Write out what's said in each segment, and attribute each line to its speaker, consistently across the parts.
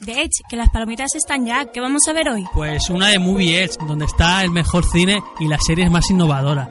Speaker 1: De Edge, que las palomitas están ya, ¿qué vamos a ver hoy?
Speaker 2: Pues una de Movie Edge, donde está el mejor cine y las series más innovadoras.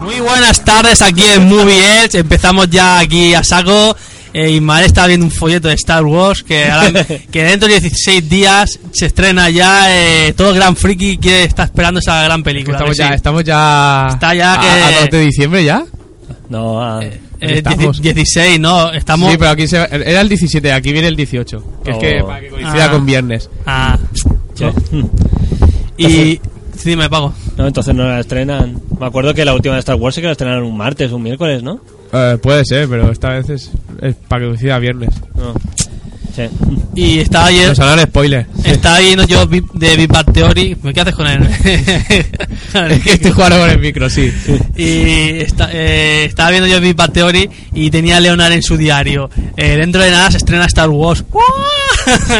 Speaker 2: Muy buenas tardes aquí en Movie Edge. Empezamos ya aquí a saco. Eh, Ismael está viendo un folleto de Star Wars que, ahora- que dentro de 16 días se estrena ya. eh, todo gran friki que está esperando esa gran
Speaker 3: Que
Speaker 2: película.
Speaker 3: estamos,
Speaker 2: que
Speaker 3: ya,
Speaker 2: sí.
Speaker 3: estamos ya.
Speaker 2: Está ya
Speaker 3: a-
Speaker 2: que-
Speaker 3: a 2 de diciembre ya.
Speaker 4: No, ah,
Speaker 2: Eh,
Speaker 3: aquí estamos.
Speaker 2: 16, ¿no? Estamos...
Speaker 3: Sí, pero aquí se, era el 17, aquí viene el 18. Que es que
Speaker 4: Oh.
Speaker 3: para que coincida
Speaker 2: Ah.
Speaker 3: con viernes.
Speaker 2: Ah,
Speaker 4: sí.
Speaker 2: y... Sí, dime, Paco.
Speaker 4: No, entonces no la estrenan. Me acuerdo que la última de Star Wars sí que la estrenaron un martes, un miércoles, ¿no?
Speaker 3: Eh, puede ser, pero esta vez es, es para que coincida viernes.
Speaker 4: No. Sí.
Speaker 2: Y está ayer...
Speaker 3: Nos harán spoilers.
Speaker 2: Está ahí no, yo Big- de Big Bang Theory. ¿Qué haces con él?
Speaker 3: es que estoy jugando con el micro, sí.
Speaker 2: y está, eh, estaba viendo yo Big Bang Theory y tenía a Leonard en su diario. Eh, dentro de nada se estrena Star Wars.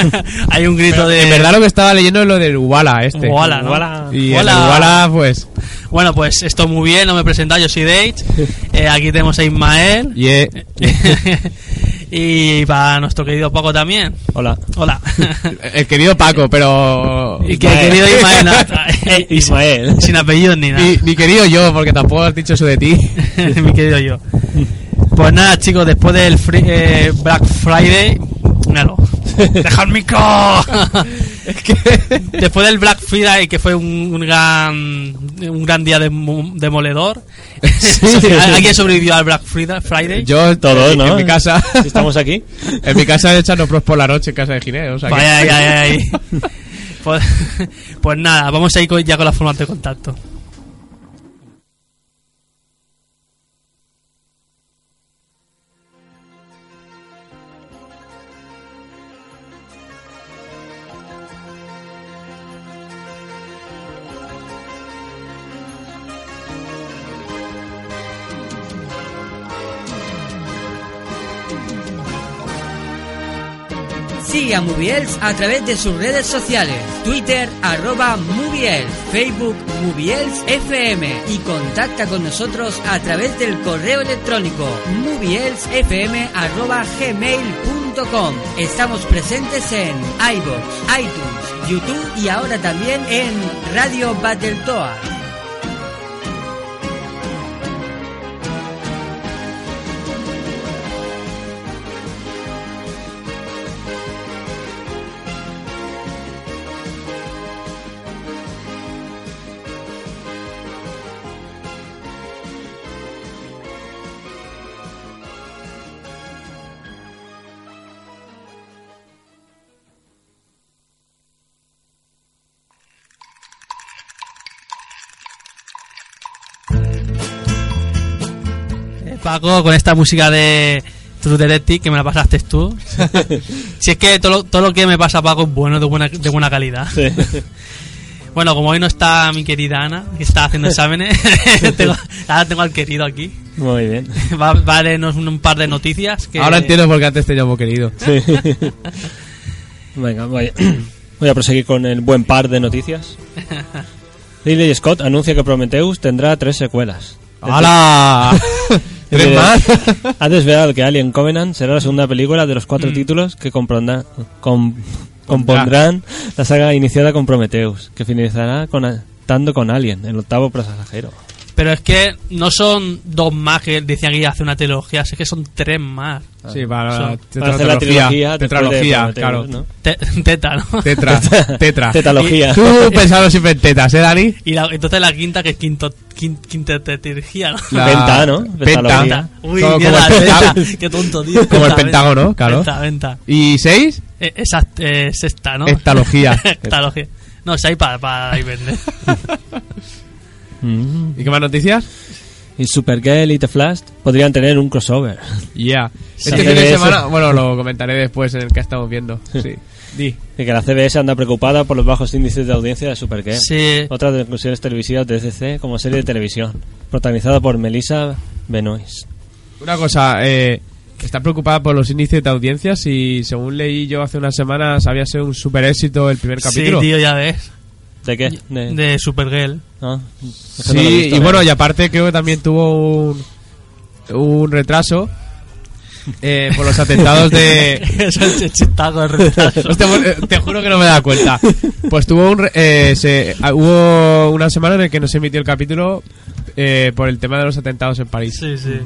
Speaker 2: Hay un grito
Speaker 3: Pero
Speaker 2: de...
Speaker 3: Eh, En verdad lo que estaba leyendo es lo del Ubala este.
Speaker 2: Ubala, ¿no?
Speaker 3: Y el
Speaker 2: Ubala.
Speaker 3: Ubala, pues.
Speaker 2: Bueno, pues esto muy bien, no me he presentado, yo soy Dage. Eh, aquí tenemos a Ismael.
Speaker 3: Y eh,
Speaker 2: y para nuestro querido Paco también.
Speaker 4: Hola.
Speaker 2: Hola.
Speaker 3: el querido Paco, pero.
Speaker 2: y que el querido Ismael...
Speaker 4: Eh, Ismael.
Speaker 2: Sin apellidos ni nada.
Speaker 3: Ni, ni querido yo, porque tampoco has dicho eso de ti.
Speaker 2: mi querido yo. Pues nada, chicos, después del fri- eh, Black Friday. Míralo. ¡Deja el micro! Después del Black Friday, que fue un, un gran un gran día demo- demoledor. ¿Alguien sobrevivió al Black Frida- Friday?
Speaker 3: Yo, eh,
Speaker 4: Todos,
Speaker 3: en,
Speaker 4: ¿no?
Speaker 3: en mi casa.
Speaker 4: Si estamos aquí.
Speaker 3: En mi casa echan pros por la noche en casa de Gineo. O sea que-
Speaker 2: Vaya, Pues, ay, ay, ay. Pues, pues nada, vamos a ir con- ya con las formas de contacto.
Speaker 5: Sigue a Moviels a través de sus redes sociales, Twitter arroba Moviels, Facebook Moviels FM y contacta con nosotros a través del correo electrónico movielsfm arroba gmail.com. Estamos presentes en iVoox, iTunes, YouTube y ahora también en Radio Battletoad.
Speaker 2: Eh, Paco, con esta música de True Detective que me la pasaste tú. si es que todo, lo- todo lo que me pasa, Paco, es bueno, de buena, de buena calidad.
Speaker 4: Sí.
Speaker 2: Bueno, como hoy no está mi querida Ana, que está haciendo exámenes, tengo- ahora tengo al querido aquí.
Speaker 4: Muy bien.
Speaker 2: Va, va a leernos un, un par de noticias. Que,
Speaker 3: Ahora entiendo por qué antes te llamo querido.
Speaker 4: Venga, voy, voy a proseguir con el buen par de noticias. Ridley Scott anuncia que Prometheus tendrá tres secuelas.
Speaker 3: ¡Hala!
Speaker 6: ¿Tres más?
Speaker 4: Ha desvelado que Alien Covenant será la segunda película de los cuatro
Speaker 3: Mm.
Speaker 4: títulos que comprondrá- com- compondrán la saga iniciada con Prometheus, que finalizará conectando con Alien, el octavo pasajero.
Speaker 2: Pero es que no son dos más que decían que iba a hacer una trilogía, es que son tres más.
Speaker 3: Sí, para
Speaker 2: Son-
Speaker 3: la
Speaker 4: Para hacer la trilogía
Speaker 3: tetralogía.
Speaker 4: después de
Speaker 3: Tetralogía,
Speaker 4: Prometheus,
Speaker 3: claro.
Speaker 4: ¿no?
Speaker 2: Te- Teta, ¿no?
Speaker 3: Tetra, tetra.
Speaker 4: Tetalogía.
Speaker 3: Tú pensabas siempre en tetas, ¿eh, Dani?
Speaker 2: Y la- entonces la quinta que es quinto, quin- quintetetirgía, ¿no?
Speaker 3: La-
Speaker 4: Penta, ¿no?
Speaker 3: Penta.
Speaker 4: Pentalogía.
Speaker 2: Uy,
Speaker 3: Todo como
Speaker 2: mierda,
Speaker 3: el
Speaker 2: venta.
Speaker 3: Pentágono.
Speaker 2: Qué tonto, tío.
Speaker 3: Como el
Speaker 2: Venta,
Speaker 3: Pentágono,
Speaker 2: venta.
Speaker 3: claro.
Speaker 2: Venta, venta.
Speaker 3: ¿Y seis?
Speaker 2: Eh, Esa eh, es esta, ¿no?
Speaker 3: Estalogía.
Speaker 2: Estalogía. No, es ahí para, para ahí vender.
Speaker 4: Mm.
Speaker 3: ¿Y qué más noticias?
Speaker 4: Y Supergirl y The Flash podrían tener un crossover.
Speaker 3: Ya. Este
Speaker 4: Sí,
Speaker 3: fin de
Speaker 4: eso.
Speaker 3: semana, bueno, lo comentaré después en el que estamos viendo. Sí. Di.
Speaker 4: Y que la CBS anda preocupada por los bajos índices de audiencia de Supergirl.
Speaker 2: Sí.
Speaker 4: Otra de las conclusiones televisivas de CC como serie de televisión, protagonizada por Melissa Benoist.
Speaker 3: Una cosa, eh, está preocupada por los índices de audiencias y según leí yo hace unas semanas había sido un super éxito el primer
Speaker 2: Sí,
Speaker 3: capítulo.
Speaker 2: tío, ya ves.
Speaker 4: ¿De qué? De-
Speaker 2: De Supergirl.
Speaker 4: ah,
Speaker 3: Sí,
Speaker 4: es que no lo he visto,
Speaker 3: y bueno,
Speaker 4: ¿eh?
Speaker 3: y aparte creo que también tuvo un, un retraso eh, por los atentados de...
Speaker 2: Eso es chistaco, el retraso.
Speaker 3: Hostia, pues, eh, te juro que no me da cuenta. Pues tuvo un re- eh, se- ah, hubo una semana en la que no se emitió el capítulo eh, por el tema de los atentados en París.
Speaker 2: Sí, sí.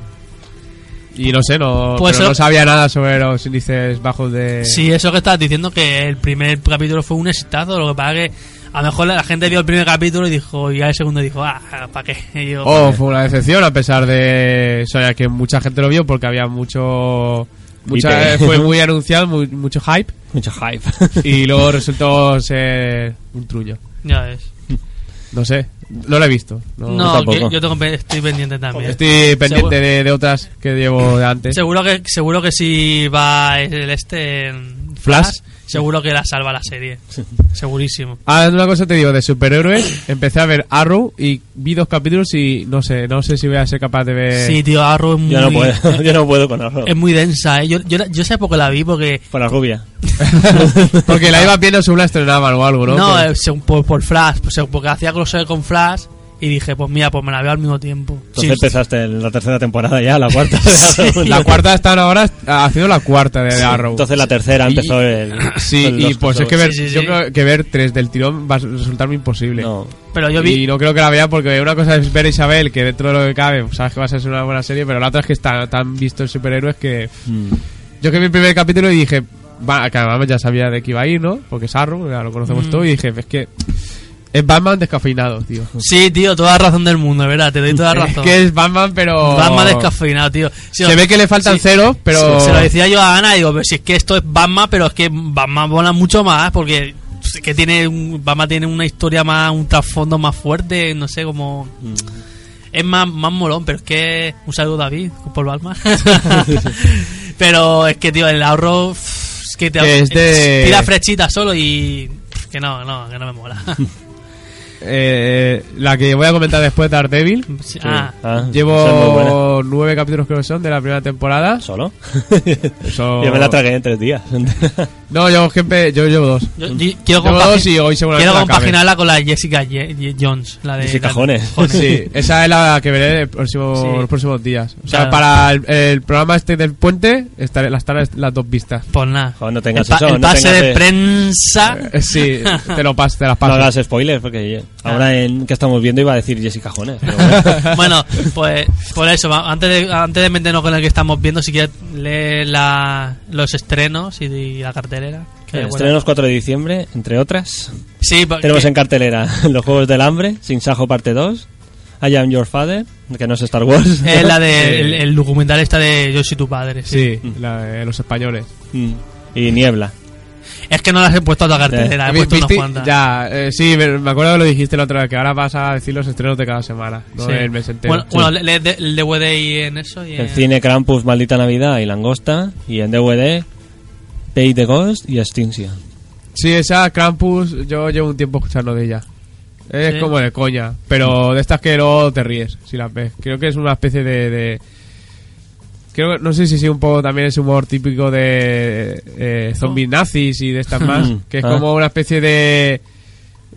Speaker 3: Y no sé, no,
Speaker 2: Pues
Speaker 3: pero
Speaker 2: eso-
Speaker 3: no sabía nada sobre los índices bajos de...
Speaker 2: Sí, eso que estabas diciendo, que el primer capítulo fue un exitazo. Lo que pasa que a lo mejor la gente vio el primer capítulo y dijo, y ya el segundo dijo, ah, ¿para qué? Y yo,
Speaker 3: Oh, fue una decepción a pesar de o sea, que mucha gente lo vio porque había mucho... mucha- eh,
Speaker 4: Hype.
Speaker 3: fue muy anunciado, muy- mucho hype.
Speaker 4: Mucho hype.
Speaker 3: Y luego resultó ser un truño.
Speaker 2: ya ves.
Speaker 3: No sé, no lo he visto. No.
Speaker 2: No,
Speaker 4: tampoco.
Speaker 2: que- yo tengo, pe- estoy pendiente también.
Speaker 3: Estoy
Speaker 2: Seguro-
Speaker 3: pendiente de, de otras que llevo de antes.
Speaker 2: Eh, Seguro que, seguro que si va el este en Flash,
Speaker 3: Flash.
Speaker 2: seguro que la salva la serie. Segurísimo.
Speaker 3: Ah, una cosa te digo, de superhéroes, empecé a ver Arrow y vi dos capítulos y no sé, no sé si voy a ser capaz de ver...
Speaker 2: Sí, tío, Arrow es muy,
Speaker 4: Yo no puedo, yo no puedo con la, ro-
Speaker 2: es
Speaker 3: Em,
Speaker 2: muy densa. ¿eh? Yo, yo, la- yo sé por qué la vi, porque...
Speaker 4: con la rubia.
Speaker 3: Porque la iba viendo según la estrenaban o algo, ¿no?
Speaker 2: No,
Speaker 3: Pues-
Speaker 2: eh, según- por, por Flash, pues, según- porque hacía crossover con Flash y dije, pues mira, pues me la veo al mismo tiempo.
Speaker 4: Entonces empezaste en la tercera temporada ya, la cuarta.
Speaker 3: la cuarta están ahora haciendo la cuarta de Arrow.
Speaker 4: Entonces la tercera
Speaker 3: Y-
Speaker 4: empezó el...
Speaker 3: Sí,
Speaker 4: con los
Speaker 3: y pues es que
Speaker 4: crossovers.
Speaker 3: ver,
Speaker 2: Sí, sí,
Speaker 3: yo
Speaker 2: sí.
Speaker 3: creo que ver tres del tirón va a resultarme imposible.
Speaker 4: No.
Speaker 2: Pero yo
Speaker 3: Y
Speaker 2: vi...
Speaker 3: no creo que la vea porque una cosa es ver Isabel, que dentro de lo que cabe, pues, sabes que va a ser una buena serie, pero la otra es que está tan visto el superhéroes que...
Speaker 4: Mm.
Speaker 3: Yo que vi el primer capítulo y dije, va, que además ya sabía de qué iba a ir, ¿no? Porque es Arrow, ya lo conocemos
Speaker 2: Mm.
Speaker 3: todo, y dije, es que es Batman descafeinado, tío.
Speaker 2: Sí, tío, toda la razón del mundo, de verdad, te doy toda la
Speaker 3: Es
Speaker 2: razón.
Speaker 3: que es Batman, pero...
Speaker 2: Batman descafeinado, tío. Sí,
Speaker 3: Se ve que le faltan
Speaker 2: sí.
Speaker 3: ceros, pero...
Speaker 2: Sí, se lo decía yo a Ana, digo, pero si es que esto es Batman, pero es que Batman mola mucho más, porque es que tiene un- Batman tiene una historia más, un trasfondo más fuerte, no sé, como...
Speaker 3: Mm.
Speaker 2: Es más, más molón, pero es que... Un saludo, David, por Batman. pero es que, tío, el ahorro... pff, Es que te
Speaker 3: Que es de-
Speaker 2: tira frechita solo y... pff, Que no, no, que no me mola.
Speaker 3: eh, la que voy a comentar después, Daredevil.
Speaker 2: Ah,
Speaker 4: Ah, esa es muy buena.
Speaker 3: Llevo nueve capítulos creo que son de la primera temporada.
Speaker 4: ¿Solo?
Speaker 3: Eso-
Speaker 4: Yo me la tragué en tres días.
Speaker 3: No, yo, jefe, yo llevo dos.
Speaker 2: yo- yo quiero,
Speaker 3: Llevo
Speaker 2: compagi-
Speaker 3: dos y hoy seguramente
Speaker 2: quiero
Speaker 3: la acabe.
Speaker 2: compaginarla con la Jessica Ye- Ye- Jones. La de,
Speaker 4: Jessica
Speaker 2: la de-
Speaker 4: Jones.
Speaker 3: Sí, esa es la que veré el próximo-
Speaker 2: Sí.
Speaker 3: los próximos días. O sea,
Speaker 4: Ah.
Speaker 2: Claro.
Speaker 3: para el, el programa este del puente estaré, las estarán las dos vistas.
Speaker 2: Pues nada.
Speaker 4: Joder, Oh, no tengas
Speaker 2: el, pa-
Speaker 4: eso,
Speaker 2: el
Speaker 4: no
Speaker 2: pase
Speaker 4: tengas
Speaker 2: de
Speaker 4: e-
Speaker 2: prensa.
Speaker 3: Eh, Sí, te, lo pas, te las
Speaker 4: No
Speaker 3: paso. Ah.
Speaker 4: hagas spoilers, porque yo- ahora en que estamos viendo iba a decir Jessica Jones. pero bueno.
Speaker 2: bueno, pues por eso, va, antes de, antes de meternos con el que estamos viendo, si quieres leer la, los estrenos y, y la cartelera. que,
Speaker 4: Eh,
Speaker 2: bueno.
Speaker 4: Estrenos 4 de diciembre, entre otras.
Speaker 2: Sí, porque-
Speaker 4: Tenemos en cartelera Los Juegos del Hambre, Sin Sajo parte 2, I Am Your Father, que no es Star Wars.
Speaker 3: Eh,
Speaker 2: es la de el, el documental esta de Yo soy tu padre. sí.
Speaker 3: Sí, la de los españoles.
Speaker 4: Mm. y Niebla.
Speaker 2: Es que no las he puesto a la cartelera, he
Speaker 3: Vi-
Speaker 2: puesto unas
Speaker 3: Eh, ¿viste?
Speaker 2: cuantas.
Speaker 3: Ya, eh, sí, me me acuerdo que lo dijiste la otra vez, que ahora vas a decir los estrenos de cada semana, no
Speaker 2: Sí.
Speaker 3: el mes entero.
Speaker 2: Bueno, bueno, le- le- el DVD y en eso. Y
Speaker 4: En
Speaker 2: en-
Speaker 4: cine Krampus, Maldita Navidad y Langosta. Y en DVD, Day the Ghost y Extinction.
Speaker 3: Sí, esa Krampus, yo llevo un tiempo escuchando de ella. Es
Speaker 2: Sí.
Speaker 3: como de coña, pero de estas que luego te ríes si las ves. Creo que es una especie de. de- Creo que, no sé si sí, un poco también ese humor típico de eh, zombies nazis y de estas más, que es
Speaker 4: Ah.
Speaker 3: como una especie de.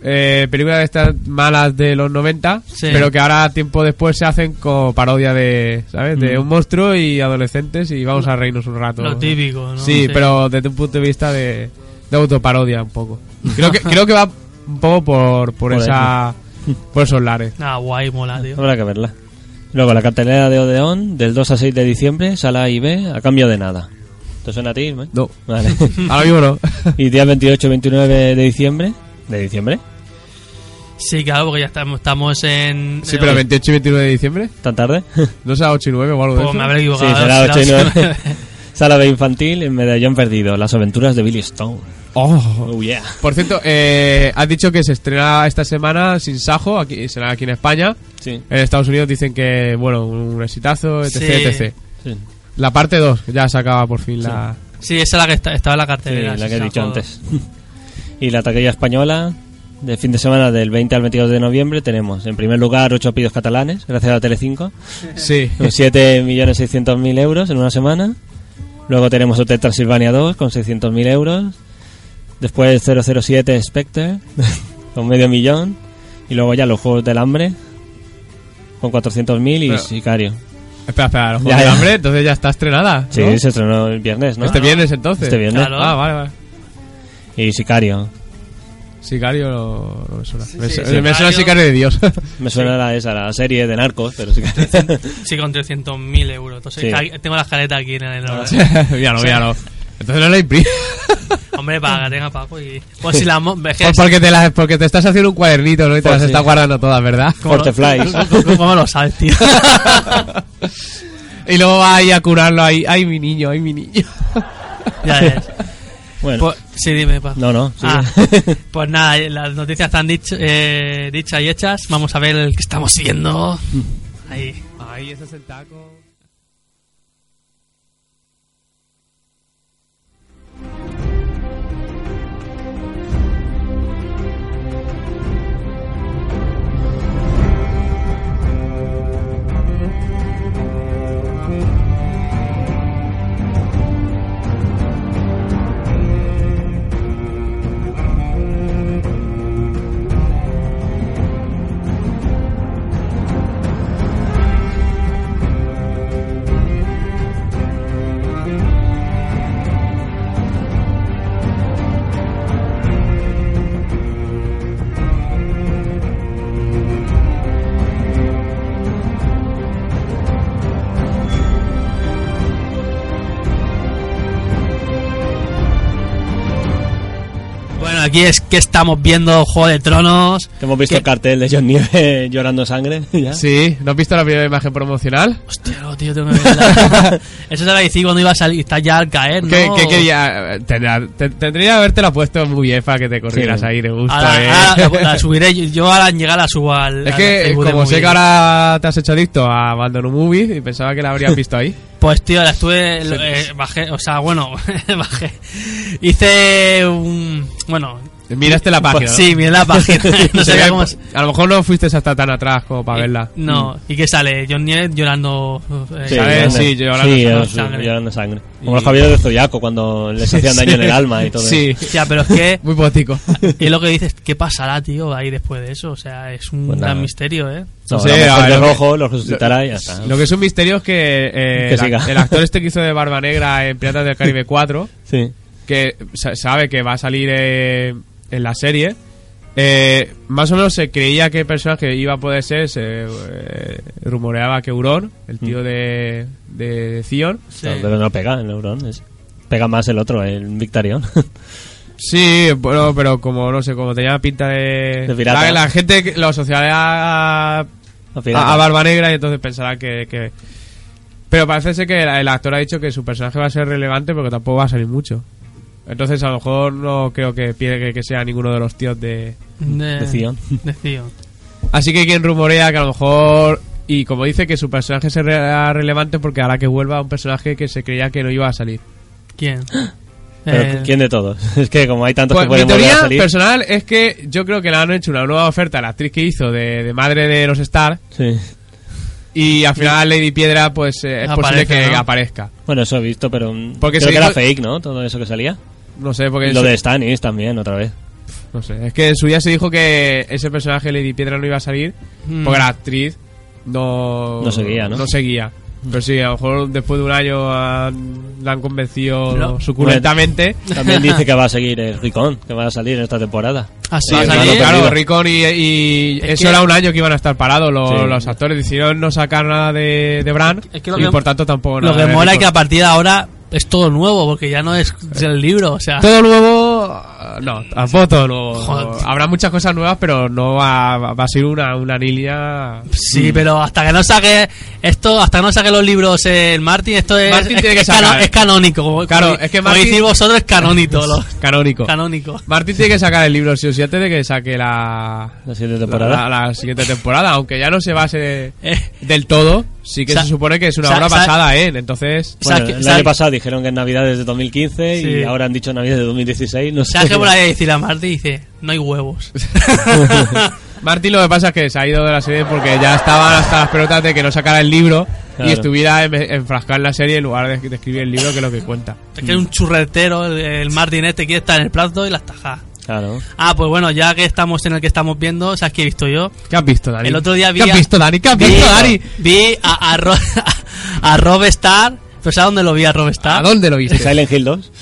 Speaker 3: eh, películas de estas malas de los 90,
Speaker 2: Sí.
Speaker 3: pero que ahora tiempo después se hacen como parodia de, ¿sabes? De un monstruo y adolescentes y vamos a reírnos un rato.
Speaker 2: Mm. Lo típico, ¿no?
Speaker 3: Sí, pero desde un punto de vista de, de autoparodia un poco. Creo que, creo que va un poco por, por,
Speaker 4: Por
Speaker 3: esa... Por esos lares.
Speaker 2: Ah, guay, mola, tío.
Speaker 4: Habrá que verla. Luego, la cartelera de Odeón, del 2 a 6 de diciembre, sala A y B, a cambio de nada. ¿Te suena a ti? Ismael?
Speaker 3: No.
Speaker 4: Vale.
Speaker 3: Ahora mismo no.
Speaker 4: y día 28 29 de diciembre. ¿De diciembre?
Speaker 2: Sí, claro, porque ya estamos, estamos en.
Speaker 3: Sí, pero 28 y 29 de diciembre.
Speaker 4: ¿Tan tarde?
Speaker 3: No sea 8 y 9 o algo de
Speaker 2: Pues
Speaker 3: eso.
Speaker 2: me habré
Speaker 4: sí,
Speaker 2: equivocado.
Speaker 4: será 8 y
Speaker 2: será
Speaker 4: 9. Sala B infantil en Medellín Perdido, Las aventuras de Billy Stone.
Speaker 3: Oh.
Speaker 4: Oh, yeah.
Speaker 3: Por cierto, eh, has dicho que se estrena esta semana sin Sajo, aquí, será aquí en España.
Speaker 4: Sí.
Speaker 3: En Estados Unidos dicen que, bueno, un exitazo, etc,
Speaker 2: Sí.
Speaker 3: etc.
Speaker 4: Sí,
Speaker 3: La parte 2, ya se acaba por fin la...
Speaker 2: Sí, esa es la que está- estaba en la
Speaker 4: sí,
Speaker 2: cartelera.
Speaker 4: la
Speaker 2: sí,
Speaker 4: que he
Speaker 2: se
Speaker 4: dicho
Speaker 2: jodó.
Speaker 4: antes. Y la taquilla española, de fin de semana del 20 al 22 de noviembre, tenemos en primer lugar 8 pidos catalanes, gracias a Telecinco.
Speaker 3: Sí.
Speaker 4: con 7.600.000 euros en una semana. Luego tenemos Hotel Transilvania 2 con 600.000 euros. Después 007 Spectre con medio millón. Y luego ya los Juegos del Hambre con 400.000 y
Speaker 3: Pero-
Speaker 4: Sicario.
Speaker 3: Espera, espera, los
Speaker 4: Ya,
Speaker 3: Juegos del
Speaker 4: ya.
Speaker 3: Hambre, entonces ya está estrenada.
Speaker 4: Sí,
Speaker 3: ¿no?
Speaker 4: se estrenó el viernes, ¿no?
Speaker 3: Este viernes entonces.
Speaker 4: Este viernes.
Speaker 2: Claro.
Speaker 3: Ah, vale, vale.
Speaker 4: Y Sicario.
Speaker 3: Sicario no, no me suena. me,
Speaker 2: sí,
Speaker 3: su-
Speaker 2: Sicario.
Speaker 3: me suena Sicario de Dios.
Speaker 4: Me suena la, esa, la serie de narcos, pero Sicario.
Speaker 2: Sí, con 300.000 euros. Entonces,
Speaker 4: Sí. Ah.
Speaker 2: ca- tengo la escaleta aquí en el ordenador.
Speaker 3: míralo, míralo. Entonces no la imprimes.
Speaker 2: Hombre, paga, tenga pago y. Pues si la. mo- es que-
Speaker 3: Pues porque, te las- porque te estás haciendo un cuadernito, ¿no? Y te
Speaker 4: Pues
Speaker 3: las
Speaker 4: sí.
Speaker 3: estás guardando todas, ¿verdad?
Speaker 2: ¿cómo lo-
Speaker 4: Forteflies.
Speaker 2: ¿Cómo, cómo lo sabes, tío?
Speaker 3: Y luego va ahí a curarlo ahí. Ay, mi niño, ay, mi niño.
Speaker 2: ya ves.
Speaker 4: Bueno,
Speaker 2: Pues- sí, dime, pa.
Speaker 4: no, no. sí.
Speaker 2: Ah, pues nada, eh, las noticias están dicho- eh, dichas y hechas. Vamos a ver el que estamos viendo.
Speaker 4: Mm.
Speaker 2: Ahí.
Speaker 3: Ay, ese es el taco.
Speaker 2: Bueno, aquí es que estamos viendo Juego de Tronos.
Speaker 4: Que hemos visto el cartel de John Nieve llorando sangre. ¿ya?
Speaker 3: Sí, ¿no has visto la primera imagen promocional?
Speaker 2: Hostia, no, tío, tengo que verla. Eso te lo decía cuando iba a salir. Está ya al caer, ¿no?
Speaker 3: ¿Qué, qué quería? Tendría, te- tendría que haberte la puesto muy bien para que te corrieras
Speaker 4: Sí.
Speaker 3: ahí de gusto. eh.
Speaker 2: Ahora- ahora Ah, la, la subiré. yo- Yo ahora en llegar la subo al.
Speaker 3: es
Speaker 2: al
Speaker 3: que,
Speaker 2: Facebook de
Speaker 3: como sé
Speaker 2: Movie.
Speaker 3: que ahora te has hecho adicto a Abandon Movies y pensaba que la habrías visto ahí.
Speaker 2: Pues, tío, la estuve. lo- eh, bajé, o sea, bueno, bajé. Hice un. Bueno.
Speaker 3: Miraste la página. ¿no?
Speaker 2: Pues Sí, miré la página. no
Speaker 3: Se
Speaker 2: sabía
Speaker 3: ve-
Speaker 2: cómo es.
Speaker 3: A lo mejor no fuiste hasta tan atrás como para verla.
Speaker 2: No, ¿y qué sale? John Nieve llorando. eh,
Speaker 4: Sí,
Speaker 3: ¿Sabes?
Speaker 4: llorando-
Speaker 3: Sí, llorando
Speaker 2: sangre.
Speaker 4: llorando sangre. Como los Javier de Zoyaco cuando les hacían daño en el alma y todo.
Speaker 3: Sí,
Speaker 2: Hostia, pero es que.
Speaker 3: muy potico.
Speaker 2: Y lo que dices, ¿qué pasará, tío, ahí después de eso? O sea, es un
Speaker 4: Pues nada.
Speaker 2: gran misterio, ¿eh?
Speaker 4: No,
Speaker 3: Sí,
Speaker 4: la mujer
Speaker 3: a ver,
Speaker 4: de
Speaker 3: lo que-
Speaker 4: rojo los resucitará y ya está.
Speaker 3: Lo que es un misterio es que, eh,
Speaker 4: Que
Speaker 3: el,
Speaker 4: siga.
Speaker 3: el actor este que hizo de Barba Negra en Piratas del Caribe 4,
Speaker 4: Sí.
Speaker 3: que sa- sabe que va a salir eh, en la serie, eh, más o menos se creía que el personaje iba a poder ser, se eh, rumoreaba que Euron, el tío de, de Theon.
Speaker 2: Sí.
Speaker 4: No, pero no pega el neurón. es- Pega más el otro, el Victarion.
Speaker 3: Sí, bueno, pero como no sé, como tenía pinta de...
Speaker 4: De pirata.
Speaker 3: La, la gente, que- la sociedad a,
Speaker 4: Al final.
Speaker 3: a- a Barba Negra y entonces pensará que... que- Pero parece ser que el, el actor ha dicho que su personaje va a ser relevante porque tampoco va a salir mucho. Entonces a lo mejor no creo que, pide que- que sea ninguno de los tíos de,
Speaker 2: De,
Speaker 4: De Sion.
Speaker 2: de Sion.
Speaker 3: Así que hay quien rumorea que a lo mejor. Y como dice que su personaje será relevante porque hará que vuelva un personaje que se creía que no iba a salir.
Speaker 2: ¿Quién?
Speaker 4: Pero,
Speaker 2: Eh,
Speaker 4: ¿Quién de todos? Es que como hay tantos
Speaker 3: Pues
Speaker 4: que
Speaker 3: mi
Speaker 4: pueden volver a
Speaker 3: teoría
Speaker 4: salir.
Speaker 3: personal es que yo creo que le han hecho una nueva oferta a la actriz que hizo de, de madre de los Star
Speaker 4: Sí.
Speaker 3: y al final Lady Piedra pues eh, es
Speaker 2: Aparece,
Speaker 3: posible que
Speaker 2: ¿no?
Speaker 3: aparezca.
Speaker 4: Bueno, eso he visto, pero. mm,
Speaker 3: Porque
Speaker 4: creo
Speaker 3: se
Speaker 4: que era
Speaker 3: hizo- Pues
Speaker 4: fake, ¿no? Todo eso que salía.
Speaker 3: No sé, porque
Speaker 4: Y lo
Speaker 3: eso-
Speaker 4: de Stanis también, otra vez.
Speaker 3: No sé, es que en su día se dijo que ese personaje Lady Piedra no iba a salir
Speaker 2: Mm.
Speaker 3: porque la actriz no...
Speaker 4: No seguía, ¿no?
Speaker 3: No seguía.
Speaker 2: Hmm.
Speaker 3: Pero sí, a lo mejor después de un año han- la han convencido
Speaker 2: No.
Speaker 3: suculentamente.
Speaker 4: También dice que va a seguir el Ricón, que va a salir en esta temporada.
Speaker 2: Así
Speaker 3: Sí,
Speaker 4: Va a
Speaker 2: ah, es,
Speaker 4: salir.
Speaker 3: claro,
Speaker 2: allí.
Speaker 4: Claro, perdido.
Speaker 3: Ricón y, y
Speaker 2: Es
Speaker 3: eso
Speaker 2: que-
Speaker 3: era un año que iban a estar parados los,
Speaker 4: Sí.
Speaker 3: los actores. Decidieron no sacar nada de, de Bran
Speaker 2: Es que lo
Speaker 3: y
Speaker 2: que-
Speaker 3: por tanto tampoco
Speaker 2: Lo
Speaker 3: nada
Speaker 2: que
Speaker 3: de
Speaker 2: mola es que a
Speaker 3: Ricón.
Speaker 2: partir de ahora es todo nuevo, porque ya no
Speaker 3: Eh.
Speaker 2: es el libro, o sea...
Speaker 3: Todo nuevo... No, tampoco todo nuevo.
Speaker 2: Joder.
Speaker 3: Habrá muchas cosas nuevas, pero no va, va a ser una, una línea...
Speaker 2: Sí, pero hasta que no saque esto, hasta que no saque los libros el Martin, esto es,
Speaker 3: Martin
Speaker 2: es,
Speaker 3: tiene que
Speaker 2: es cano-
Speaker 3: sacar.
Speaker 2: es canónico. como-
Speaker 3: Claro,
Speaker 2: como-
Speaker 3: es que
Speaker 2: como
Speaker 3: Martin-
Speaker 2: decís vosotros es canónico. lo-
Speaker 3: Canónico.
Speaker 2: canónico.
Speaker 3: Martín tiene que sacar el libro sí o sí antes de que saque la,
Speaker 4: La siguiente
Speaker 3: La,
Speaker 4: temporada.
Speaker 3: la- la siguiente temporada, aunque ya no se base
Speaker 2: Eh.
Speaker 3: del todo, sí que
Speaker 2: Sa-
Speaker 3: se supone que es una
Speaker 2: sa-
Speaker 3: obra
Speaker 2: sa-
Speaker 3: basada en, entonces...
Speaker 2: O sea,
Speaker 4: Bueno,
Speaker 2: que-
Speaker 4: el
Speaker 2: ¿sabes
Speaker 4: año
Speaker 2: qué-
Speaker 4: pasado dijeron que es Navidades de 2015
Speaker 2: Sí.
Speaker 4: y ahora han dicho Navidades de 2016. No sé.
Speaker 2: ¿Sabes qué por ahí decir a Martin? Dice, no hay huevos.
Speaker 3: Martín lo que pasa es que se ha ido de la serie porque ya estaban hasta las pelotas de que no sacara el libro
Speaker 4: Claro.
Speaker 3: y estuviera en- enfrascado en la serie en lugar de, de escribir el libro que es lo que cuenta.
Speaker 2: es que es un churretero, el, el Martin este quiere estar en el plato y las tajas.
Speaker 4: Claro.
Speaker 2: Ah, pues bueno, ya que estamos en el que estamos viendo, ¿sabes qué he visto yo?
Speaker 3: ¿Qué has visto, Dani?
Speaker 2: El otro día vi
Speaker 3: ¿Qué
Speaker 2: a-
Speaker 3: has visto, Dani? ¿Qué has
Speaker 2: Vi,
Speaker 3: visto, Dani?
Speaker 2: vi a, a, Ro- a Rob Star. ¿Pero sabes dónde lo vi a Rob Star?
Speaker 3: ¿A dónde lo
Speaker 4: ¿Y
Speaker 3: viste?
Speaker 4: Silent Hill 2?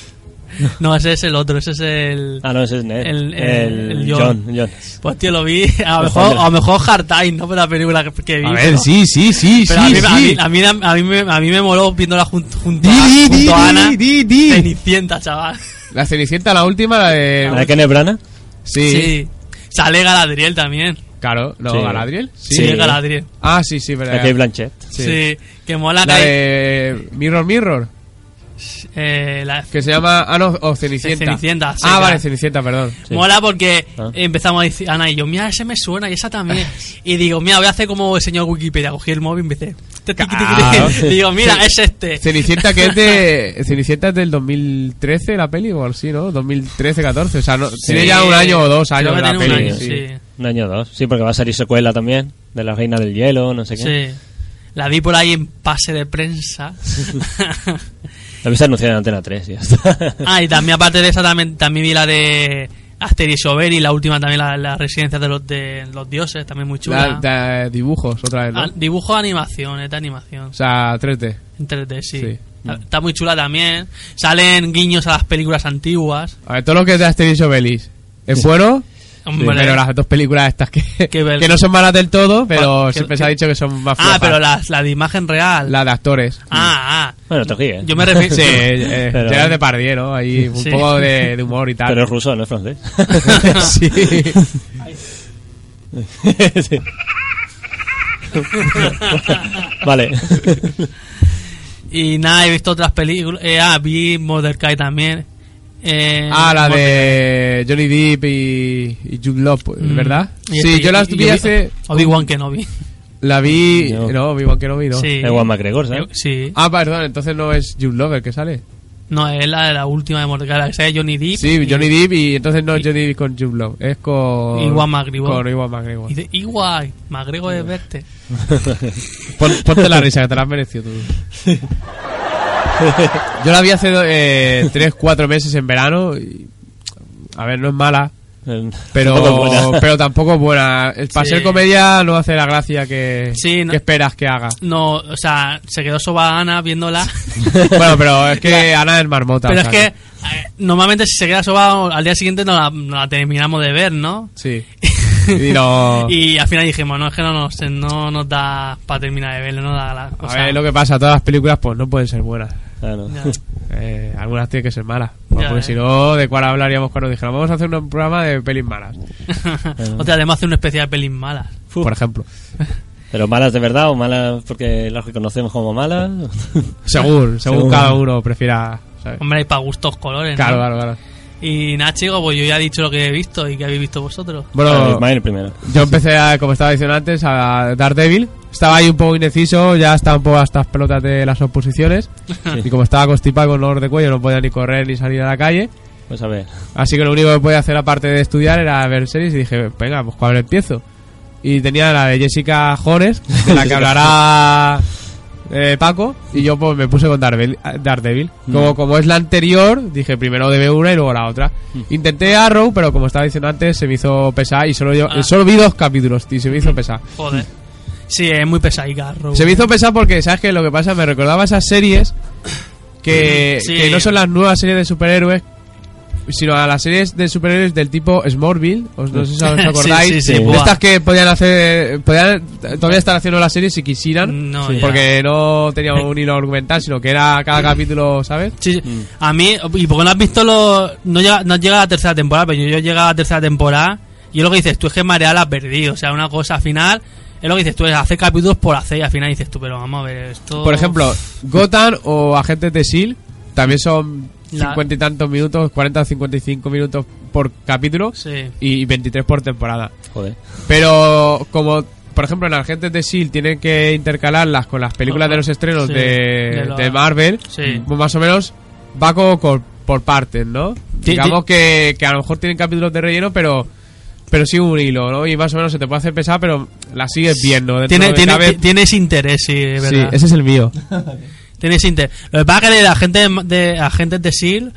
Speaker 2: No, ese es el otro, ese es el...
Speaker 4: Ah, no, ese es Ned.
Speaker 2: El- el- el John.
Speaker 4: John. John.
Speaker 2: Pues tío, lo vi, a lo mejor, a lo mejor Hard Time, ¿no? Pero la película que, que vi.
Speaker 3: A
Speaker 2: pero-
Speaker 3: ver, sí, sí, sí,
Speaker 2: Pero
Speaker 3: sí,
Speaker 2: a, mí,
Speaker 3: sí.
Speaker 2: a, mí, a, mí, a mí me, a mí me moló viéndola jun- junto, a,
Speaker 3: Di, di,
Speaker 2: junto
Speaker 3: di,
Speaker 2: a Ana.
Speaker 3: di, di, di.
Speaker 2: Cenicienta, chaval.
Speaker 3: La Cenicienta, la última, la de...
Speaker 4: ¿La de Kenneth Branagh?
Speaker 3: Sí,
Speaker 2: Sí. Sale Galadriel también.
Speaker 3: claro. ¿No,
Speaker 4: Sí.
Speaker 3: Galadriel? Sí.
Speaker 2: Sí, Galadriel.
Speaker 3: Ah, sí, sí, verdad.
Speaker 4: La Kate Blanchett.
Speaker 3: Sí.
Speaker 2: Sí. Que mola
Speaker 3: La
Speaker 2: que-
Speaker 3: de Mirror Mirror,
Speaker 2: eh, la-
Speaker 3: que se llama... Ah, no, o Cenicienta.
Speaker 2: Cenicienta, sí,
Speaker 3: ah,
Speaker 2: claro.
Speaker 3: vale, Cenicienta, perdón.
Speaker 2: Mola porque
Speaker 4: Ah.
Speaker 2: empezamos a decir, Ana y yo, mira, ese me suena y esa también. Y digo, mira, voy a hacer como el señor Wikipedia. Cogí el móvil y empecé. te, tiqui, tiqui, tiqui.
Speaker 3: Claro.
Speaker 2: Digo, mira, es este.
Speaker 3: Cenicienta que es de... Cenicienta es del 2013 la peli o así, ¿no? 2013-14, o sea, no- tiene ya un año o dos
Speaker 2: Creo
Speaker 3: años
Speaker 2: que
Speaker 3: la
Speaker 2: tiene un
Speaker 3: peli.
Speaker 2: año,
Speaker 3: sí.
Speaker 2: sí.
Speaker 4: Un año o dos. Sí, porque va a salir secuela también. De la Reina del Hielo, no sé qué.
Speaker 3: ¿eh?
Speaker 2: Sí. La vi por ahí en pase de prensa.
Speaker 4: La habéis anunciado en Antena 3 y ya está.
Speaker 2: ah, y también, aparte de esa, también, también vi la de Asterix Overi, la última también, la, la residencia de los, de los dioses, también muy
Speaker 3: La-
Speaker 2: chula.
Speaker 3: da- dibujos, otra vez, ¿no?
Speaker 2: Ah, dibujo de animación, es de animación.
Speaker 3: O sea, 3D.
Speaker 2: En 3D, sí.
Speaker 3: Sí.
Speaker 2: Está- Está muy chula también. Salen guiños a las películas antiguas.
Speaker 3: A ver, todo lo que es de Asterix y Obelix es bueno,
Speaker 2: Hombre.
Speaker 3: pero las dos películas estas que,
Speaker 2: Qué bel-
Speaker 3: que no son malas del todo, pero
Speaker 2: Cuál-
Speaker 3: siempre
Speaker 2: qué-
Speaker 3: se ha
Speaker 2: qué-
Speaker 3: dicho que son más flojas.
Speaker 2: Ah, pero las- la, de imagen real.
Speaker 3: La de actores.
Speaker 2: Ah, ah.
Speaker 4: Bueno, te ríes.
Speaker 2: Yo me refiero.
Speaker 3: Sí, eh,
Speaker 4: Pero-
Speaker 3: Gerard Depardieu, ¿no? Ahí un
Speaker 2: Sí.
Speaker 3: poco de, de humor y tal.
Speaker 4: Pero es ruso, no es francés.
Speaker 3: sí.
Speaker 4: Sí. vale.
Speaker 2: Y nada, he visto otras películas. Eh, ah, vi Mordecai también. Eh,
Speaker 3: Ah, la de Johnny Depp y, y Jude Law, pues, ¿verdad?
Speaker 2: Mm. Y-
Speaker 3: Sí,
Speaker 2: y-
Speaker 3: yo las
Speaker 2: y-
Speaker 3: vi
Speaker 2: y-
Speaker 3: hace...
Speaker 2: Obi-Wan Kenobi.
Speaker 3: La vi...
Speaker 4: No.
Speaker 3: No, Obi-Wan Kenobi, no.
Speaker 2: Sí.
Speaker 4: Ewan McGregor,
Speaker 2: Eh,
Speaker 4: ¿sabes?
Speaker 2: Sí.
Speaker 3: Ah, perdón, entonces no es Jude Law el que sale.
Speaker 2: No, es la, la última de Mordecai, la que sale Johnny Depp.
Speaker 3: Sí,
Speaker 2: y-
Speaker 3: Johnny Depp y entonces no es Johnny Depp con Jude Law, es con...
Speaker 2: Y Ewan McGregor.
Speaker 3: Con Ewan McGregor.
Speaker 2: Y dice, igual, McGregor es verte.
Speaker 3: Pon- ponte la risa, que te la has merecido tú. Yo la vi hace 3-4 meses en verano. y- a ver, no es mala, pero
Speaker 4: Eh, Tampoco es buena.
Speaker 3: pero tampoco es buena. El- Para
Speaker 2: Sí.
Speaker 3: ser comedia no hace la gracia que,
Speaker 2: Sí, no-
Speaker 3: que esperas que haga.
Speaker 2: No, o sea, se quedó soba Ana viéndola.
Speaker 3: Bueno, pero es que Ana es marmota.
Speaker 2: Pero
Speaker 3: o
Speaker 2: es
Speaker 3: sea
Speaker 2: que eh, normalmente si se queda soba al día siguiente no la, no la terminamos de ver, ¿no?
Speaker 3: Sí. Y no-
Speaker 2: Y al final dijimos, no, es que no nos, no nos da para terminar de verlo, no da la... o
Speaker 3: A
Speaker 2: sea,
Speaker 3: ver, lo que pasa, todas las películas pues no pueden ser buenas.
Speaker 4: Ah, no.
Speaker 2: ya.
Speaker 3: Eh, algunas tienen que ser malas. Pues,
Speaker 2: Ya,
Speaker 3: porque
Speaker 2: eh.
Speaker 3: si no, ¿de cuál hablaríamos cuando dijéramos vamos a hacer un programa de pelis malas?
Speaker 2: o sea, además hace un especial de pelis malas.
Speaker 3: Por ejemplo.
Speaker 4: Pero malas de verdad o malas porque las reconocemos como malas.
Speaker 3: Según, según
Speaker 4: Según.
Speaker 3: cada uno prefiera. ¿sabes?
Speaker 2: Hombre, y para gustos colores, ¿no?
Speaker 3: Claro, claro, claro.
Speaker 2: Y nada, chicos, pues yo ya he dicho lo que he visto y que habéis visto vosotros.
Speaker 4: Bueno,
Speaker 3: Bueno,
Speaker 4: Ismael primero.
Speaker 3: yo empecé, a, como estaba diciendo antes, a Daredevil. Estaba ahí un poco indeciso, ya estaba un poco a estas pelotas de las oposiciones. Y como estaba constipado con dolor de cuello, no podía ni correr ni salir a la calle.
Speaker 4: Pues a ver.
Speaker 3: Así que lo único que podía hacer aparte de estudiar era ver series y dije, venga, pues cuál empiezo. Y tenía la de Jessica Jones, de la que hablará eh, Paco, y yo pues, me puse con Daredevil. Daredevil. Como, como es la anterior, dije primero debe una y luego la otra. Intenté Arrow, pero como estaba diciendo antes, se me hizo pesar y solo, yo,
Speaker 2: Ah.
Speaker 3: solo vi dos capítulos, y se me hizo pesar.
Speaker 2: Joder. Sí, es muy pesadica, Rogue.
Speaker 3: Se me hizo pesar porque, ¿sabes qué? Lo que pasa, me recordaba esas series que,
Speaker 2: Mm, Sí.
Speaker 3: que no son las nuevas series de superhéroes, sino a las series de superhéroes del tipo Smallville. Os, no sé si os
Speaker 2: Sí,
Speaker 3: acordáis.
Speaker 2: sí, sí,
Speaker 3: De
Speaker 2: buah.
Speaker 3: Estas que podían hacer. Podían todavía estar haciendo las series si quisieran.
Speaker 2: No, ya.
Speaker 3: porque no tenía un hilo argumental, sino que era cada capítulo, ¿sabes?
Speaker 2: Sí, sí. A mí, y porque no has visto los. No llega, no llega a la tercera temporada, pero yo, yo he llegado a la tercera temporada. Y es lo que dices tú, es que Marea la has perdido. O sea, una cosa al final. Es lo que dices tú, es hacer capítulos por hacer. Y al final dices tú, pero vamos a ver esto.
Speaker 3: Por ejemplo, Gotham o Agentes de S.H.I.E.L.D. E también son
Speaker 2: La-
Speaker 3: cincuenta y tantos minutos, 40 o 55 minutos por capítulo
Speaker 2: Sí.
Speaker 3: y 23 por temporada.
Speaker 4: Joder.
Speaker 3: Pero como, por ejemplo, en Agentes de S.H.I.E.L.D. E tienen que intercalarlas con las películas de los estrenos
Speaker 2: Sí,
Speaker 3: de,
Speaker 2: de la-
Speaker 3: de Marvel,
Speaker 2: Sí.
Speaker 3: pues más o menos va como por, por partes, ¿no?
Speaker 2: Ti-
Speaker 3: Digamos que, que a lo mejor tienen capítulos de relleno, pero... Pero sí un hilo, ¿no? Y más o menos se te puede hacer pesar, pero la sigues viendo. dentro de
Speaker 2: Tiene,
Speaker 3: lo que
Speaker 2: tiene-
Speaker 3: cabe.
Speaker 2: ti- tienes interés, sí, es
Speaker 3: Sí,
Speaker 2: verdad.
Speaker 3: ese es el mío.
Speaker 2: Tienes interés. Lo que pasa es que de agentes de, de, agentes de SEAL,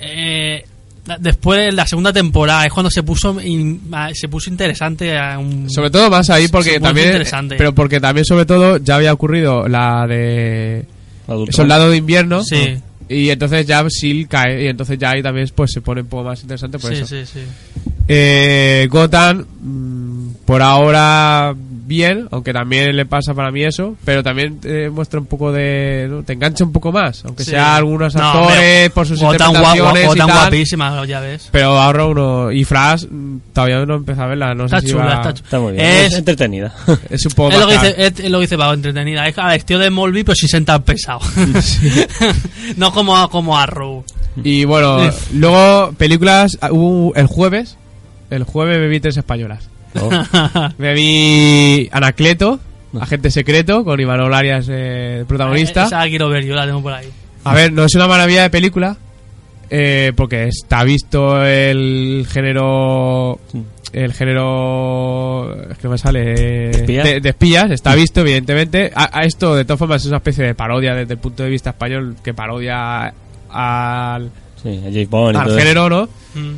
Speaker 2: E eh, la- después de la segunda temporada, es cuando se puso in- a- se puso interesante a un.
Speaker 3: Sobre todo más ahí porque
Speaker 2: Sí, muy
Speaker 3: también...
Speaker 2: interesante.
Speaker 3: Pero porque también, sobre todo, ya había ocurrido la de...
Speaker 4: Adulto.
Speaker 3: Soldado de invierno.
Speaker 2: Sí.
Speaker 3: Y entonces ya Seal cae. Y entonces ya ahí también pues, se pone un poco más interesante por
Speaker 2: sí,
Speaker 3: eso.
Speaker 2: sí, sí.
Speaker 3: Eh, Gotham, mm, por ahora bien, aunque también le pasa para mí eso, pero también eh, muestra un poco de... ¿no? Te engancha un poco más, aunque
Speaker 2: Sí.
Speaker 3: sea algunos
Speaker 2: No,
Speaker 3: actores,
Speaker 2: hombre,
Speaker 3: por sus
Speaker 2: o tan guap-
Speaker 3: interpretaciones
Speaker 2: o
Speaker 3: y
Speaker 2: tan
Speaker 3: tal,
Speaker 2: guapísima, ya ves.
Speaker 3: Pero ahora uno... Y Flash, mm, todavía no empezado a verla, no
Speaker 2: Está
Speaker 3: sé si
Speaker 2: chula,
Speaker 3: va-
Speaker 2: está chula.
Speaker 4: Está muy bien.
Speaker 2: Es-
Speaker 4: Es, entretenida.
Speaker 3: Es un poco
Speaker 2: Es lo, que
Speaker 3: más
Speaker 2: dice, eh.
Speaker 3: cara.
Speaker 2: es, es lo que dice Pago, entretenida. Es, a ver, es tío de Molby, pero sí sentan pesado. no como, como Arrow.
Speaker 3: Y bueno, luego películas... ah, hubo el jueves, el jueves me vi tres españolas.
Speaker 4: Oh,
Speaker 3: Me vi Anacleto, Agente Secreto, con Iván Olarias eh, protagonista.
Speaker 2: Ah, Esa la quiero ver, yo la tengo por ahí.
Speaker 3: A ver, no es una maravilla de película, eh, porque está visto el género... El género... Es que no me sale... eh,
Speaker 4: espías?
Speaker 3: De, de espías, está visto, evidentemente. A, a esto, de todas formas, es una especie de parodia desde el punto de vista español, que parodia al,
Speaker 4: Sí, a James Bond y
Speaker 3: al
Speaker 4: todo eso.
Speaker 3: género, ¿no?
Speaker 2: Mm.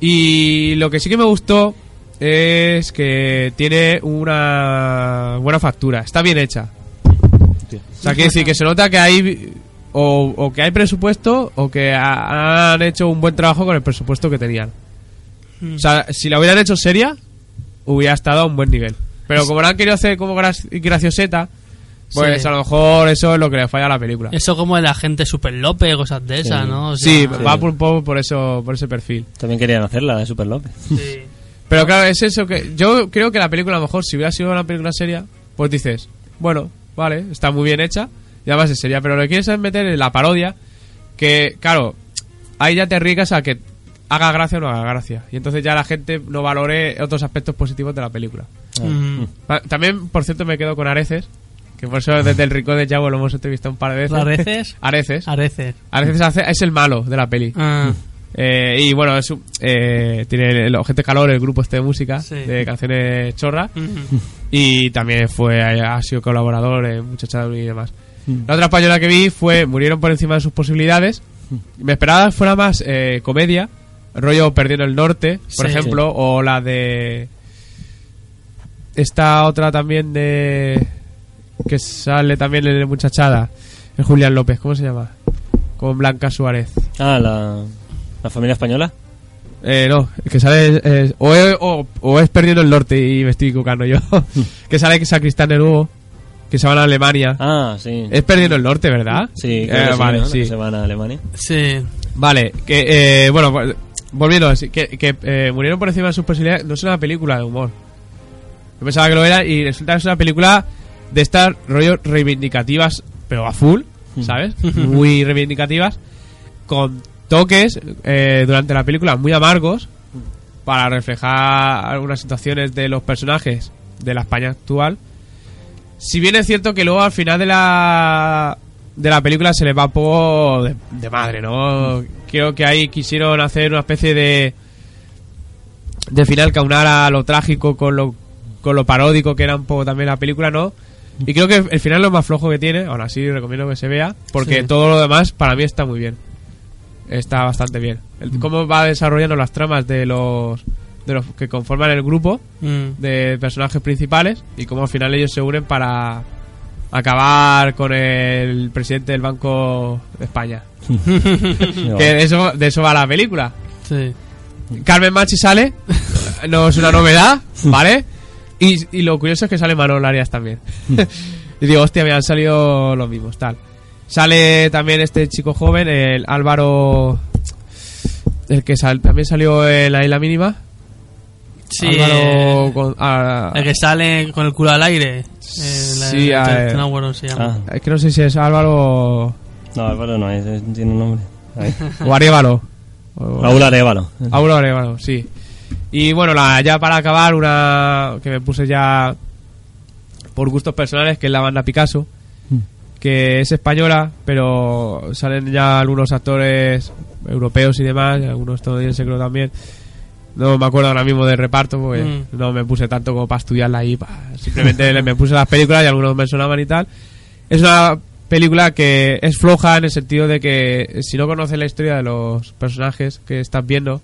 Speaker 3: Y lo que sí que me gustó es que tiene una buena factura, está bien hecha. O sea, quiere decir que se nota que hay o, o que hay presupuesto o que ha- han hecho un buen trabajo con el presupuesto que tenían. O sea, si la hubieran hecho seria, hubiera estado a un buen nivel. Pero como la han querido hacer como gra- gracioseta, pues
Speaker 2: Sí.
Speaker 3: a lo mejor eso es lo que le falla a la película.
Speaker 2: Eso como el agente Super López, cosas de esas,
Speaker 4: Sí.
Speaker 2: ¿no? O
Speaker 3: sí,
Speaker 2: sea,
Speaker 3: va por un poco por eso, por ese perfil.
Speaker 4: También querían hacerla de Super López.
Speaker 2: sí.
Speaker 3: Pero claro, es eso que. Yo creo que la película, a lo mejor, si hubiera sido una película seria, pues dices, bueno, vale, está muy bien hecha, y además es seria. Pero lo que quieres es meter en la parodia, que, claro, ahí ya te arriesgas a que haga gracia o no haga gracia. Y entonces ya la gente no valore otros aspectos positivos de la película.
Speaker 2: Mm.
Speaker 3: Pa- También, por cierto, me quedo con Areces, que por eso desde el Rincón de Yago lo hemos entrevistado un par de veces.
Speaker 2: ¿Areces?
Speaker 3: Areces.
Speaker 2: Areces.
Speaker 3: Areces hace- es el malo de la peli.
Speaker 2: Ah.
Speaker 3: Eh, y bueno, es un- eh, tiene el Ojete Calor, el grupo este de música,
Speaker 2: Sí.
Speaker 3: de canciones chorra.
Speaker 2: Mm.
Speaker 3: Y también fue, ha sido colaborador en Muchachada y demás.
Speaker 2: Mm.
Speaker 3: La otra española que vi fue Murieron por encima de sus posibilidades.
Speaker 2: Mm.
Speaker 3: Me esperaba que fuera más eh, comedia, rollo Perdiendo el Norte, por
Speaker 2: Sí.
Speaker 3: ejemplo, o la de. Esta otra también de. que sale también en Muchachada, en Julián López, ¿cómo se llama? Con Blanca Suárez.
Speaker 4: Ah, la, la familia española.
Speaker 3: Eh, no, que sale. eh, o, he- o- o es perdiendo el norte y me estoy equivocando yo. que sale Sacristán de nuevo. Que se van a Alemania.
Speaker 4: Ah, sí.
Speaker 3: Es perdiendo el norte, ¿verdad?
Speaker 4: Sí,
Speaker 3: Eh,
Speaker 4: creo que sí,
Speaker 3: vale,
Speaker 4: ¿no? La
Speaker 3: sí.
Speaker 4: que se van a Alemania.
Speaker 2: Sí.
Speaker 3: Vale, que. eh, bueno, vol- volviendo así. Que, que, eh, murieron por encima de sus posibilidades. No es una película de humor. Yo pensaba que lo era y resulta que es una película de estas rollos reivindicativas, pero a full,
Speaker 4: Mm.
Speaker 3: ¿sabes? Muy reivindicativas, con toques eh, durante la película muy amargos para reflejar algunas situaciones de los personajes de la España actual. Si bien es cierto que luego al final de la de la película se les va un poco de, de madre, ¿no? Creo que ahí quisieron hacer una especie de de final que aunara lo trágico con lo, con lo paródico que era un poco también la película, ¿no? Y creo que el final es lo más flojo que tiene. Ahora sí recomiendo que se vea. Porque
Speaker 4: Sí.
Speaker 3: todo lo demás para mí está muy bien. Está bastante bien. El- cómo va desarrollando las tramas de los, de los que conforman el grupo
Speaker 2: Mm.
Speaker 3: de personajes principales y cómo al final ellos se unen para acabar con el presidente del Banco de España.
Speaker 4: Sí,
Speaker 3: Que de eso, de eso va la película.
Speaker 2: Sí.
Speaker 3: Carmen Machi sale, no es una novedad, ¿vale? Y, y lo curioso es que sale Manolo Arias también. y digo, hostia, me han salido los mismos, tal. Sale también este chico joven, el Álvaro, el que sal- también salió en la isla mínima.
Speaker 2: Sí,
Speaker 3: Álvaro
Speaker 2: eh,
Speaker 3: Gon- ah,
Speaker 2: el que sale con el culo al aire. Eh, la-
Speaker 3: Sí,
Speaker 2: la-
Speaker 3: ah, eh.
Speaker 2: no me acuerdo cómo se llama.
Speaker 4: Ah,
Speaker 3: Es que no sé si es Álvaro
Speaker 4: no, Álvaro no es, es- tiene un nombre. Ahí.
Speaker 3: o Arevalo. O-
Speaker 4: Raúl Arevalo.
Speaker 3: Auro Arevalo, sí. Y bueno, la- ya para acabar, una que me puse ya por gustos personales, que es la banda Picasso, que es española, pero salen ya algunos actores europeos y demás, y algunos estadounidenses creo también. No me acuerdo ahora mismo del reparto, porque
Speaker 2: Mm.
Speaker 3: no me puse tanto como para estudiarla ahí. pa- Simplemente le- me puse las películas y algunos me sonaban y tal. Es una película que es floja en el sentido de que eh, si no conoces la historia de los personajes que estás viendo,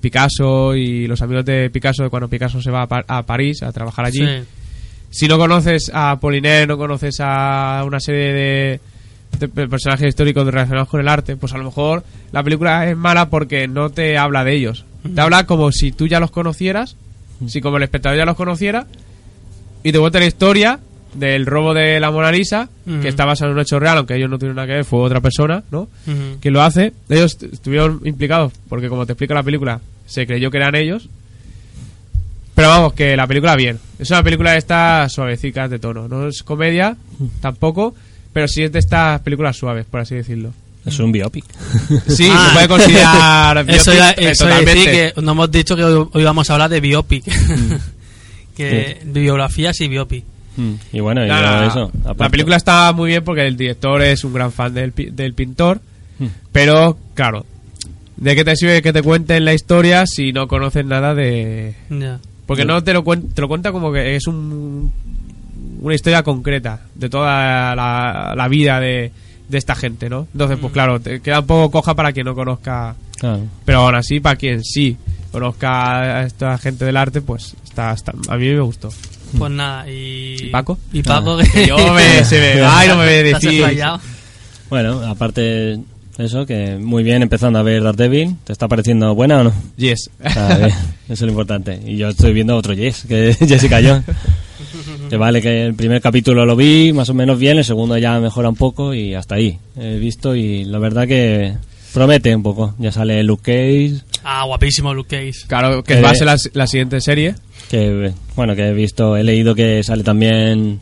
Speaker 3: Picasso y los amigos de Picasso, de cuando Picasso se va a, Pa- a París a trabajar allí,
Speaker 2: Sí.
Speaker 3: si no conoces a Poliné, no conoces a una serie de, de pe- personajes históricos relacionados con el arte, pues a lo mejor la película es mala porque no te habla de ellos. Te habla como si tú ya los conocieras, si como el espectador ya los conociera, y te cuenta la historia del robo de la Mona Lisa,
Speaker 2: Ujú.
Speaker 3: que está basado en un hecho real, aunque ellos no tienen nada que ver, fue otra persona, ¿no?
Speaker 2: Ujú.
Speaker 3: que lo hace. Ellos t- estuvieron implicados, porque como te explica la película, se creyó que eran ellos. Pero vamos, que la película bien. Es una película de estas suavecicas de tono. No es comedia, tampoco, pero sí es de estas películas suaves, por así decirlo.
Speaker 4: Es un biopic.
Speaker 3: Sí,
Speaker 2: Ah.
Speaker 3: se puede considerar
Speaker 2: Eso
Speaker 3: biopic,
Speaker 2: iba,
Speaker 3: eh,
Speaker 2: eso iba a decir
Speaker 3: totalmente.
Speaker 2: que no hemos dicho que hoy, hoy vamos a hablar de biopic. que biografías y biopic.
Speaker 4: Y bueno, y
Speaker 3: No, no,
Speaker 4: todo
Speaker 3: no.
Speaker 4: eso.
Speaker 3: La
Speaker 4: aparte.
Speaker 3: película está muy bien porque el director es un gran fan del, pi- del pintor, pero claro, ¿de qué te sirve que te cuenten la historia si no conoces nada de,
Speaker 2: Ya.
Speaker 3: Porque no te lo, cuen- te lo cuenta como que es un, una historia concreta de toda la, la vida de, de esta gente, ¿no? Entonces, pues claro, te queda un poco coja para quien no conozca,
Speaker 4: Claro.
Speaker 3: pero aún así, para quien sí conozca a esta gente del arte, pues está, está- a mí me gustó.
Speaker 2: Pues nada, y.
Speaker 3: Hmm. ¿Y Paco?
Speaker 2: Y Paco,
Speaker 3: Que yo me, se me va y no me voy a
Speaker 2: Te has
Speaker 3: decir.
Speaker 2: explayado.
Speaker 4: Bueno, aparte eso, que muy bien empezando a ver Daredevil. ¿Te está pareciendo buena o no?
Speaker 3: Yes.
Speaker 4: Está bien, eso es lo importante. Y yo estoy viendo otro Jess, que es Jessica Jones. Que vale, que el primer capítulo lo vi más o menos bien, el segundo ya mejora un poco y hasta ahí. He visto y la verdad que promete un poco. Ya sale Luke Cage,
Speaker 2: Ah, guapísimo Luke Cage.
Speaker 3: Claro, que
Speaker 4: Eh,
Speaker 3: va a ser la, la siguiente serie.
Speaker 4: que bueno, que he visto, he leído que sale también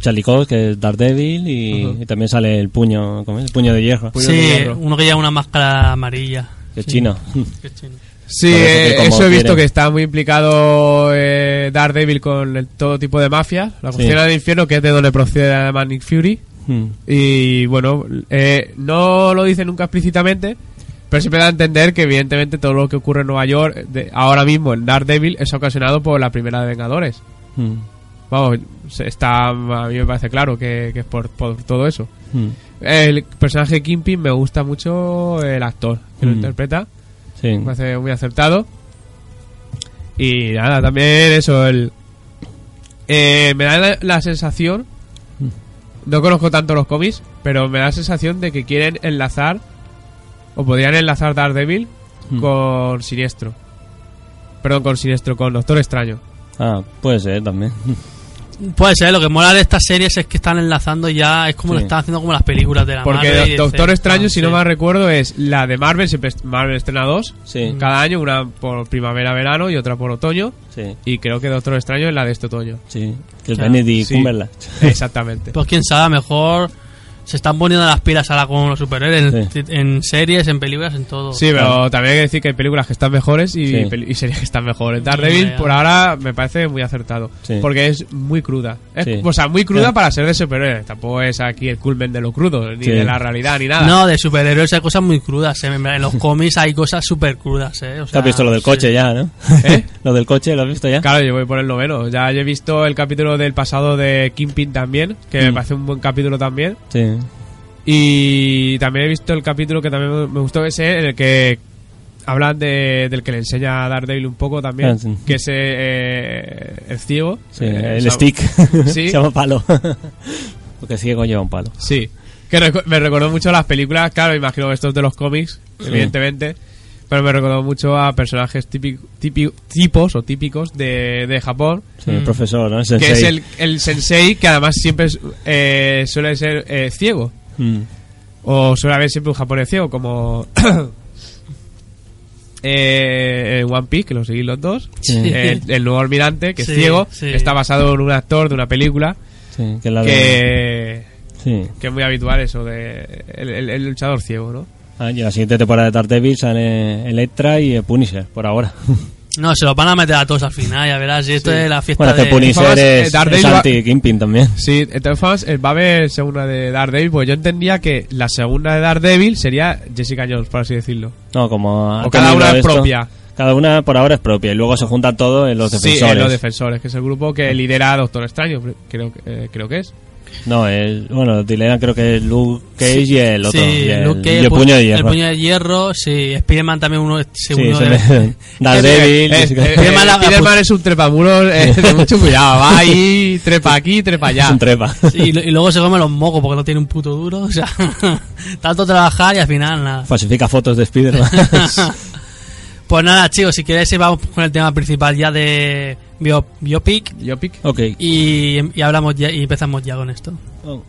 Speaker 4: Charlie Cox, que es Daredevil, y, y también sale el puño, ¿cómo es? El puño de hierro,
Speaker 3: Puño de
Speaker 2: sí,
Speaker 3: hierro.
Speaker 2: uno que lleva una máscara amarilla.
Speaker 4: que es chino.
Speaker 2: Qué chino.
Speaker 3: Sí,
Speaker 4: Por eso que
Speaker 3: eh,
Speaker 4: como
Speaker 3: eso he visto
Speaker 4: quieren.
Speaker 3: que está muy implicado eh, Daredevil con el- todo tipo de mafias. La
Speaker 4: Sí.
Speaker 3: cuestión del infierno, que es de donde procede además Nick Fury.
Speaker 4: Mm.
Speaker 3: Y bueno, eh, no lo dice nunca explícitamente, pero siempre da a entender que evidentemente todo lo que ocurre en Nueva York eh, de- ahora mismo en Daredevil es ocasionado por la primera de Vengadores.
Speaker 4: Mm.
Speaker 3: Vamos, se- está, a mí me parece claro que, que es por, por todo eso.
Speaker 4: Mm.
Speaker 3: El personaje de Kingpin me gusta mucho el actor que lo
Speaker 4: Mm.
Speaker 3: interpreta,
Speaker 4: Sí.
Speaker 3: me parece muy acertado. Y nada, también eso, el... eh, me da la- la sensación no conozco tanto los cómics, pero me da la sensación de que quieren enlazar o podrían enlazar Daredevil
Speaker 4: Mm.
Speaker 3: con Siniestro. Perdón, con Siniestro, con Doctor Extraño.
Speaker 4: Ah, puede ser también.
Speaker 2: Puede ser, lo que mola de estas series es que están enlazando ya, es como lo
Speaker 4: Sí.
Speaker 2: están haciendo como las películas de la
Speaker 3: Porque
Speaker 2: Marvel y de
Speaker 3: Do- Doctor
Speaker 2: C.
Speaker 3: Extraño,
Speaker 2: Ah,
Speaker 3: si
Speaker 2: sí.
Speaker 3: no mal recuerdo, es la de Marvel, siempre est- Marvel estrena dos
Speaker 2: Hmm.
Speaker 4: Sí,
Speaker 3: cada año, una por primavera-verano y otra por otoño.
Speaker 4: sí.
Speaker 3: Y creo que Doctor Extraño es la de este otoño.
Speaker 4: Sí, que es
Speaker 2: Claro.
Speaker 4: Benedict
Speaker 3: Sí.
Speaker 4: Cumberbatch.
Speaker 3: Exactamente.
Speaker 2: Pues quién sabe, a lo mejor se están poniendo las pilas ahora con los superhéroes en-
Speaker 4: Sí.
Speaker 2: en series, en películas, en todo.
Speaker 3: Sí, pero también hay que decir que hay películas que están mejores y,
Speaker 4: Sí.
Speaker 3: peli- y series que están mejores. Daredevil,
Speaker 2: ya.
Speaker 3: por ahora, me parece muy acertado.
Speaker 4: Sí.
Speaker 3: Porque es muy cruda. Es-
Speaker 4: Sí.
Speaker 3: O sea, muy cruda
Speaker 4: Ya.
Speaker 3: para ser de superhéroes. Tampoco es aquí el culmen de lo crudo, ni
Speaker 4: Sí.
Speaker 3: de la realidad, ni nada.
Speaker 2: No, de superhéroes hay cosas muy crudas, ¿eh? En verdad, En los cómics hay cosas súper crudas, ¿eh? O
Speaker 4: Te
Speaker 2: sea,
Speaker 4: has visto lo del
Speaker 2: sí.
Speaker 4: coche ya, ¿no?
Speaker 3: ¿Eh?
Speaker 4: Lo del coche, ¿lo has visto ya?
Speaker 3: Claro, yo voy por el noveno. Ya he visto el capítulo del pasado de Kingpin también, que me
Speaker 4: Mm.
Speaker 3: parece un buen capítulo también.
Speaker 4: Sí.
Speaker 3: Y también he visto el capítulo que también me gustó ese, en el que hablan de, del que le enseña a Daredevil un poco también,
Speaker 4: Ah, sí.
Speaker 3: que es eh, eh, el ciego.
Speaker 4: Sí,
Speaker 3: Eh,
Speaker 4: el
Speaker 3: o sea,
Speaker 4: stick.
Speaker 3: Sí.
Speaker 4: Se llama palo. Porque ciego lleva un palo.
Speaker 3: Sí. Que recu- me recordó mucho a las películas, claro, imagino que esto es de los cómics, evidentemente. Pero me recordó mucho a personajes típico, típi- tipos o típicos de, de Japón.
Speaker 4: Sí, el profesor, ¿no? El
Speaker 3: Mm. Que
Speaker 4: sensei.
Speaker 3: es el, el sensei que además siempre es, eh, suele ser eh, ciego.
Speaker 4: Mm.
Speaker 3: O suele haber siempre un japonés ciego, como. eh, en One Piece, que lo seguís los dos.
Speaker 4: Sí.
Speaker 3: El, el nuevo almirante, que
Speaker 2: Sí,
Speaker 3: es ciego.
Speaker 2: sí.
Speaker 3: Está basado en un actor de una película.
Speaker 4: Sí, que la de-
Speaker 3: Que,
Speaker 4: Sí.
Speaker 3: que es muy habitual eso, de el, el- el luchador ciego, ¿no?
Speaker 4: Ah, y en la siguiente temporada de Daredevil sale Electra y eh, Punisher, por ahora.
Speaker 2: No, se los van a meter a todos al final, ya verás. Y esto es la fiesta
Speaker 4: bueno, que
Speaker 2: de...
Speaker 4: Punisher
Speaker 3: Vamos, eh,
Speaker 4: es,
Speaker 3: Daredevil
Speaker 4: es
Speaker 3: va-
Speaker 4: anti-Kingpin también.
Speaker 3: Sí, entonces eh, va a haber segunda de Daredevil, pues yo entendía que la segunda de Daredevil sería Jessica Jones, por así decirlo.
Speaker 4: No, como... ha
Speaker 3: O cada
Speaker 4: tenido
Speaker 3: una es
Speaker 4: esto,
Speaker 3: propia.
Speaker 4: Cada una por ahora es propia y luego se juntan todos en los
Speaker 3: Sí,
Speaker 4: defensores.
Speaker 3: eh, los defensores, que es el grupo que lidera a Doctor Extraño, creo, que- eh, creo que es.
Speaker 4: No, el, bueno, Dylan creo que es Luke Cage y el otro.
Speaker 2: Sí,
Speaker 4: y el,
Speaker 2: Luke Cage,
Speaker 4: y el
Speaker 2: pu-
Speaker 4: puño de hierro.
Speaker 2: El puño de hierro, sí. Spiderman también uno se
Speaker 4: Sí,
Speaker 2: unió
Speaker 4: se
Speaker 2: de-
Speaker 4: le- Daredevil,
Speaker 3: Eh,
Speaker 4: Jessica-
Speaker 3: eh,
Speaker 2: Tiene mala-
Speaker 3: Spiderman es un trepamuros eh, de mucho cuidado. Va ahí, trepa aquí, trepa allá.
Speaker 4: es un trepa.
Speaker 2: Sí, y, lo- y luego se come los mocos porque no tiene un puto duro. O sea, tanto trabajar y al final nada.
Speaker 4: Falsifica fotos de Spiderman.
Speaker 2: Pues nada, chicos, si queréis vamos con el tema principal ya de bio- Biopic
Speaker 3: Yopic.
Speaker 4: ok.
Speaker 2: y, y hablamos ya, y empezamos ya con esto.
Speaker 4: oh,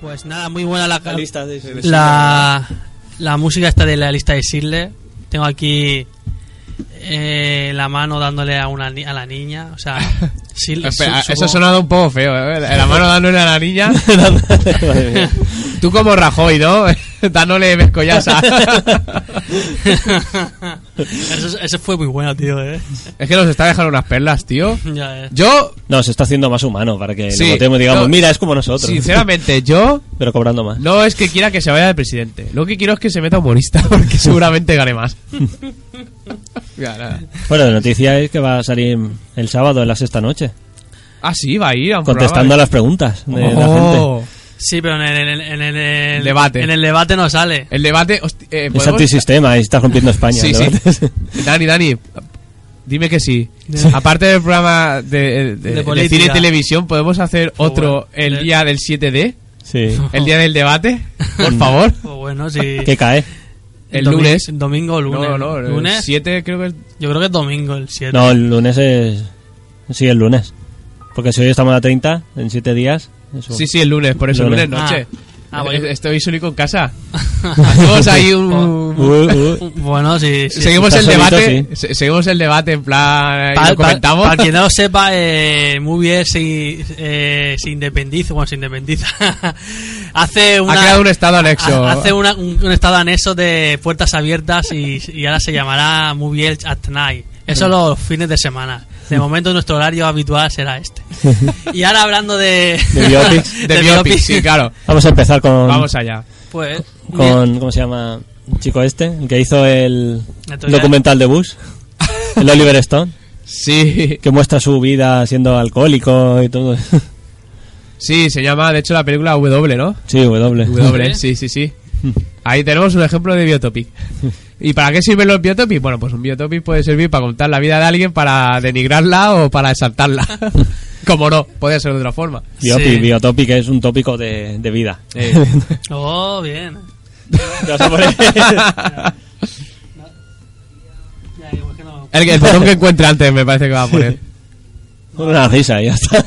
Speaker 2: Pues nada, muy buena la, la, la música está de la lista de Sidley. Tengo aquí eh, la mano dándole a, una, ni- a la niña. O sea, Sidley,
Speaker 3: Espera,
Speaker 2: su-
Speaker 3: eso ha
Speaker 2: supongo-
Speaker 3: sonado un poco feo, ¿eh? La mano dándole a la niña.
Speaker 4: Madre mía.
Speaker 3: Tú como Rajoy, ¿no? dándole mezcollaza.
Speaker 2: eso, eso fue muy bueno, tío. ¿eh?
Speaker 3: es que nos está dejando unas perlas, tío.
Speaker 2: Ya ves.
Speaker 3: Yo,
Speaker 4: No, se está haciendo más humano para que
Speaker 3: Sí,
Speaker 4: lo votemos y digamos,
Speaker 3: no,
Speaker 4: mira, es como nosotros.
Speaker 3: sinceramente, yo
Speaker 4: Pero cobrando más.
Speaker 3: no es que quiera que se vaya de presidente. Lo que quiero es que se meta humorista, porque seguramente gane más. Ya, nada.
Speaker 4: Bueno, la noticia es que va a salir el sábado en la sexta noche.
Speaker 3: Ah, sí, va a ir a un
Speaker 4: Contestando
Speaker 3: programa.
Speaker 4: a las preguntas de la gente.
Speaker 3: Oh.
Speaker 2: Sí, pero en el, en el- en el- en el-
Speaker 3: Debate.
Speaker 2: En el debate no sale.
Speaker 3: El debate. hosti- eh,
Speaker 4: Es
Speaker 3: ¿podemos-
Speaker 4: antisistema y está rompiendo España.
Speaker 3: Sí,
Speaker 4: el debate.
Speaker 3: sí. Dani, Dani, dime que sí.
Speaker 2: Sí.
Speaker 3: Aparte del programa de, de- de
Speaker 2: política.
Speaker 3: cine y televisión, ¿podemos hacer
Speaker 2: Pues bueno,
Speaker 3: otro el
Speaker 2: eh.
Speaker 3: día del 7D?
Speaker 4: Sí.
Speaker 3: ¿El día del debate? Por favor.
Speaker 2: Pues bueno, sí.
Speaker 4: Que cae.
Speaker 3: El
Speaker 2: domi-
Speaker 3: lunes.
Speaker 2: Domingo, lunes.
Speaker 3: No, no, el
Speaker 2: lunes.
Speaker 3: 7 creo que es...
Speaker 2: Yo creo que es domingo el 7.
Speaker 4: No, el lunes es. Sí, el lunes. Porque si hoy estamos a 30, en 7 días. eso.
Speaker 3: Sí, sí, el lunes, por eso
Speaker 4: Oh. Lunes.
Speaker 3: el lunes noche.
Speaker 2: Ah. Ah, bueno.
Speaker 3: Eh, Estoy solito en casa. Hacemos ahí
Speaker 2: Oh.
Speaker 3: un...
Speaker 4: Uh, uh.
Speaker 2: Bueno, sí. sí
Speaker 3: seguimos el
Speaker 4: estás solito,
Speaker 3: debate, se- seguimos el debate en plan... eh, y
Speaker 2: Para
Speaker 3: lo comentamos.
Speaker 2: quien no lo sepa, eh, Movie se, eh, se independiza. Bueno, se independiza. hace una,
Speaker 3: ha creado un estado anexo.
Speaker 2: ha- hace una- un, un estado anexo de puertas abiertas y, y ahora se llamará Movie Elch at Night. Eso los fines de semana. De momento nuestro horario habitual será este. Y ahora hablando de...
Speaker 4: De biopics.
Speaker 3: de biopic, sí, claro.
Speaker 4: Vamos a empezar con.
Speaker 3: Vamos allá.
Speaker 2: Pues...
Speaker 4: con ¿Cómo se llama? El chico este, el que hizo el
Speaker 2: Entonces-
Speaker 4: documental de Bush. El Oliver Stone.
Speaker 3: Sí,
Speaker 4: Que muestra su vida siendo alcohólico y todo.
Speaker 3: sí, se llama, de hecho, la película W, ¿no?
Speaker 4: Sí, W.
Speaker 3: W, sí, sí, sí. Ahí tenemos un ejemplo de biotopic. ¿Y para qué sirven los biotopics? Bueno, pues un biotopic puede servir para contar la vida de alguien, para denigrarla o para exaltarla. Como no, puede ser de otra forma.
Speaker 4: Biopic,
Speaker 2: Sí.
Speaker 4: biotopic es un tópico de, de vida.
Speaker 3: Eh,
Speaker 2: Oh, bien.
Speaker 4: Te vas a poner-
Speaker 2: Ya, igual que no-
Speaker 3: el, el botón que encuentre antes me parece que va a poner.
Speaker 4: Una risa y ya está.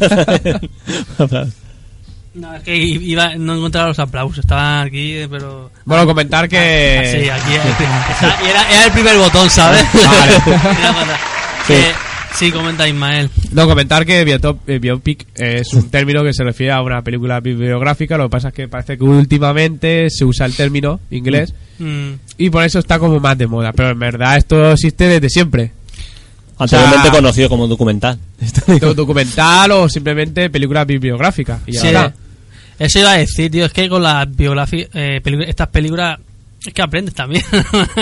Speaker 2: No, es que iba, no encontraba los aplausos. Estaban aquí, eh, pero...
Speaker 3: Bueno, comentar
Speaker 4: Eh.
Speaker 2: Ah, Sí,
Speaker 3: que...
Speaker 2: aquí el pri- está- era, era el primer botón, ¿sabes?
Speaker 3: Vale.
Speaker 2: Era para-
Speaker 4: Sí.
Speaker 2: que- sí, comenta Ismael.
Speaker 3: No, comentar que biotop- eh, biopic es un término que se refiere a una película bibliográfica. Lo que pasa es que parece que últimamente se usa el término inglés
Speaker 2: Mm,
Speaker 3: y por eso está como más de moda. Pero en verdad esto existe desde siempre.
Speaker 4: Anteriormente
Speaker 3: O sea-
Speaker 4: conocido como documental.
Speaker 3: Do- documental o simplemente película bibliográfica. Y ya
Speaker 2: sí.
Speaker 3: está.
Speaker 2: Eso iba a decir, tío, es que con las biografías, estas películas, es que aprendes también.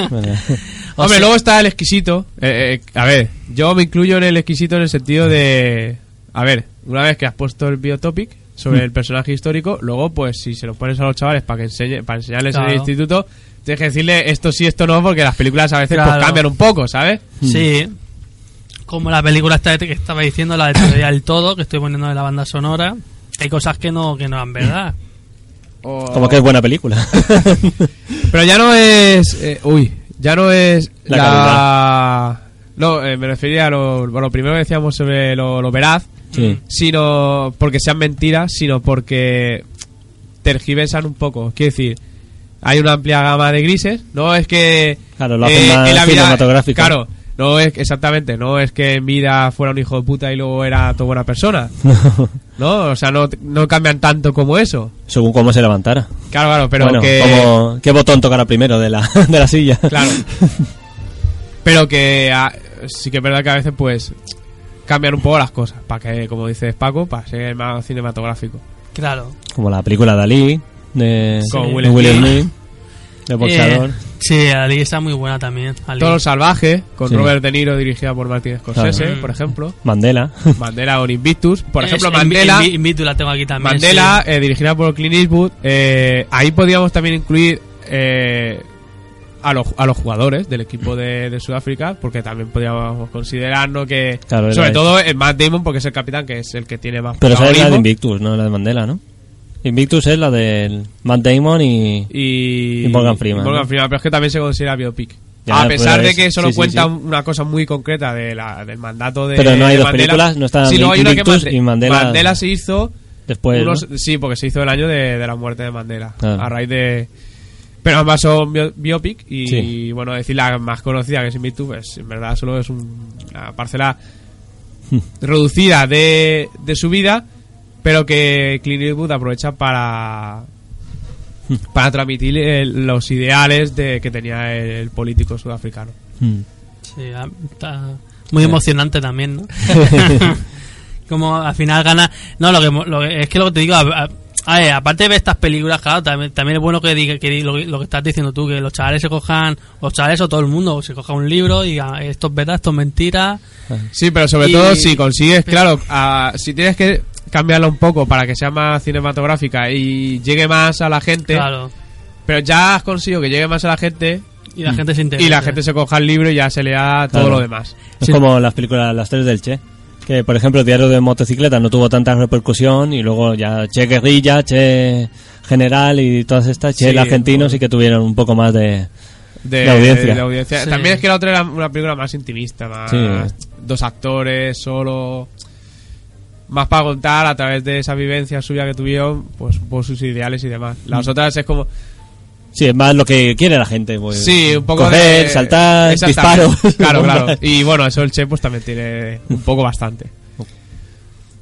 Speaker 4: Vale.
Speaker 2: O
Speaker 3: Hombre,
Speaker 2: sea-
Speaker 3: luego está el exquisito. Eh, eh, a ver, yo me incluyo en el exquisito en el sentido de... A ver, una vez que has puesto el biotopic
Speaker 2: Mm.
Speaker 3: sobre el personaje histórico, luego pues si se lo pones a los chavales para que enseñe, para enseñarles en
Speaker 2: Claro.
Speaker 3: el instituto, tienes que decirle esto sí, esto no, porque las películas a veces pues,
Speaker 2: Claro.
Speaker 3: cambian un poco, ¿sabes?
Speaker 4: Mm.
Speaker 2: Sí. Como la película esta que estaba diciendo, la de Teoría del Todo, que estoy poniendo de la banda sonora, hay cosas que no, que no eran verdad.
Speaker 4: Mm.
Speaker 3: O-
Speaker 4: Como que es buena película.
Speaker 3: Pero ya no es... eh, uy, ya no es
Speaker 4: La
Speaker 3: la... No, eh, me refería a lo, a lo primero que decíamos sobre lo, lo veraz.
Speaker 4: sí.
Speaker 3: sino porque sean mentiras, sino porque tergiversan un poco. Quiero decir, hay una amplia gama de grises. No es que. eh,
Speaker 4: Claro, lo hacen más
Speaker 3: en la vida-
Speaker 4: cinematográfico.
Speaker 3: Claro, no es exactamente. No es que en vida fuera un hijo de puta y luego era toda buena persona. No, o sea, no, no cambian tanto como eso.
Speaker 4: Según cómo se levantara.
Speaker 3: Claro, claro, pero
Speaker 4: bueno,
Speaker 3: que.
Speaker 4: como- ¿qué botón tocará primero de la, de la silla?
Speaker 3: Claro. Pero que ah, sí que es verdad que a veces, pues. Cambian un poco las cosas. Para que, como dices Paco, para ser más cinematográfico.
Speaker 2: Claro.
Speaker 4: Como la película de Ali, de,
Speaker 3: Con
Speaker 4: de
Speaker 3: Will Smith.
Speaker 4: Smith, de boxeador.
Speaker 2: Eh, sí, Ali está muy buena también. Ali.
Speaker 3: Todo salvaje, con
Speaker 4: Sí.
Speaker 3: Robert De Niro dirigida por Martin Scorsese,
Speaker 2: Claro. Mm.
Speaker 3: por ejemplo.
Speaker 4: Mandela.
Speaker 3: Mandela o Invictus. Por
Speaker 2: Es-
Speaker 3: ejemplo,
Speaker 2: en-
Speaker 3: Mandela,
Speaker 2: en- en- Invitu la tengo aquí también.
Speaker 3: Mandela
Speaker 2: sí.
Speaker 3: eh, dirigida por Clint Eastwood. eh, ahí podíamos también incluir eh, a, los, a los jugadores del equipo de, de Sudáfrica, porque también podíamos considerarnos que...
Speaker 4: Claro, era
Speaker 3: sobre
Speaker 4: eso.
Speaker 3: todo el Matt Damon, porque es el capitán, que es el que tiene más
Speaker 4: Pero esa es la de
Speaker 3: protagonismo.
Speaker 4: Invictus, no la de Mandela, ¿no? Invictus es la del Matt Damon y...
Speaker 3: y,
Speaker 4: Y Morgan Freeman,
Speaker 3: y Morgan
Speaker 4: ¿no?
Speaker 3: Freeman, pero es que también se considera biopic.
Speaker 4: Ya,
Speaker 3: a pesar
Speaker 4: pues,
Speaker 3: de que solo
Speaker 4: sí, sí,
Speaker 3: cuenta
Speaker 4: sí.
Speaker 3: una cosa muy concreta de la, del mandato de
Speaker 4: Pero no hay
Speaker 3: de
Speaker 4: dos
Speaker 3: Mandela.
Speaker 4: películas, no está
Speaker 3: Sí, no, hay una que
Speaker 4: Invictus
Speaker 3: Mande-
Speaker 4: y Mandela-
Speaker 3: se hizo
Speaker 4: Después, ¿no?
Speaker 3: unos- sí, porque se hizo el año de, de la muerte de Mandela,
Speaker 4: Ah.
Speaker 3: a raíz de pero ambas son bio- biopic y,
Speaker 4: Sí.
Speaker 3: y, bueno, decir la más conocida que es Invictus, pues en verdad solo es un- una parcela reducida de, de su vida, pero que Clint Eastwood aprovecha para para transmitir eh, los ideales de que tenía el, el político sudafricano.
Speaker 4: Mm.
Speaker 2: Sí, ah, está muy emocionante también, ¿no? Como al final gana. No, lo que, mo- lo que- es que lo que te digo. A, a- a ver, aparte de ver estas películas, claro, también, también es bueno que, diga, que diga lo, que- lo que estás diciendo tú, que los chavales se cojan, los chavales o todo el mundo, se coja un libro y diga, esto es verdad, esto es mentira.
Speaker 3: Sí, pero sobre
Speaker 2: Y-
Speaker 3: todo si consigues, claro, a- si tienes que cambiarla un poco para que sea más cinematográfica y llegue más a la gente,
Speaker 2: Claro.
Speaker 3: pero ya has conseguido que llegue más a la gente
Speaker 2: Y la gente se interesa.
Speaker 3: Mm. y la gente se coja el libro y ya se lea todo
Speaker 4: Claro.
Speaker 3: lo demás.
Speaker 4: Es como las películas, las tres del Che. Que, por ejemplo, el diario de motocicleta no tuvo tanta repercusión y luego ya Che Guerrilla, Che General y todas estas, Che
Speaker 3: Sí,
Speaker 4: el argentino
Speaker 3: bueno.
Speaker 4: sí que tuvieron un poco más de...
Speaker 3: de,
Speaker 4: La audiencia.
Speaker 3: de audiencia.
Speaker 2: Sí.
Speaker 3: También es que la otra era una película más intimista, más
Speaker 4: Sí.
Speaker 3: dos actores, solo. Más para contar a través de esa vivencia suya que tuvieron, pues un poco sus ideales y demás. Las
Speaker 4: Mm.
Speaker 3: otras es como.
Speaker 4: Sí, es más lo que quiere la gente. pues,
Speaker 3: Sí, un poco
Speaker 4: Correr,
Speaker 3: de-
Speaker 4: saltar,
Speaker 3: Exactamente.
Speaker 4: disparos.
Speaker 3: Claro, claro. Y bueno, eso el Che pues también tiene un poco bastante.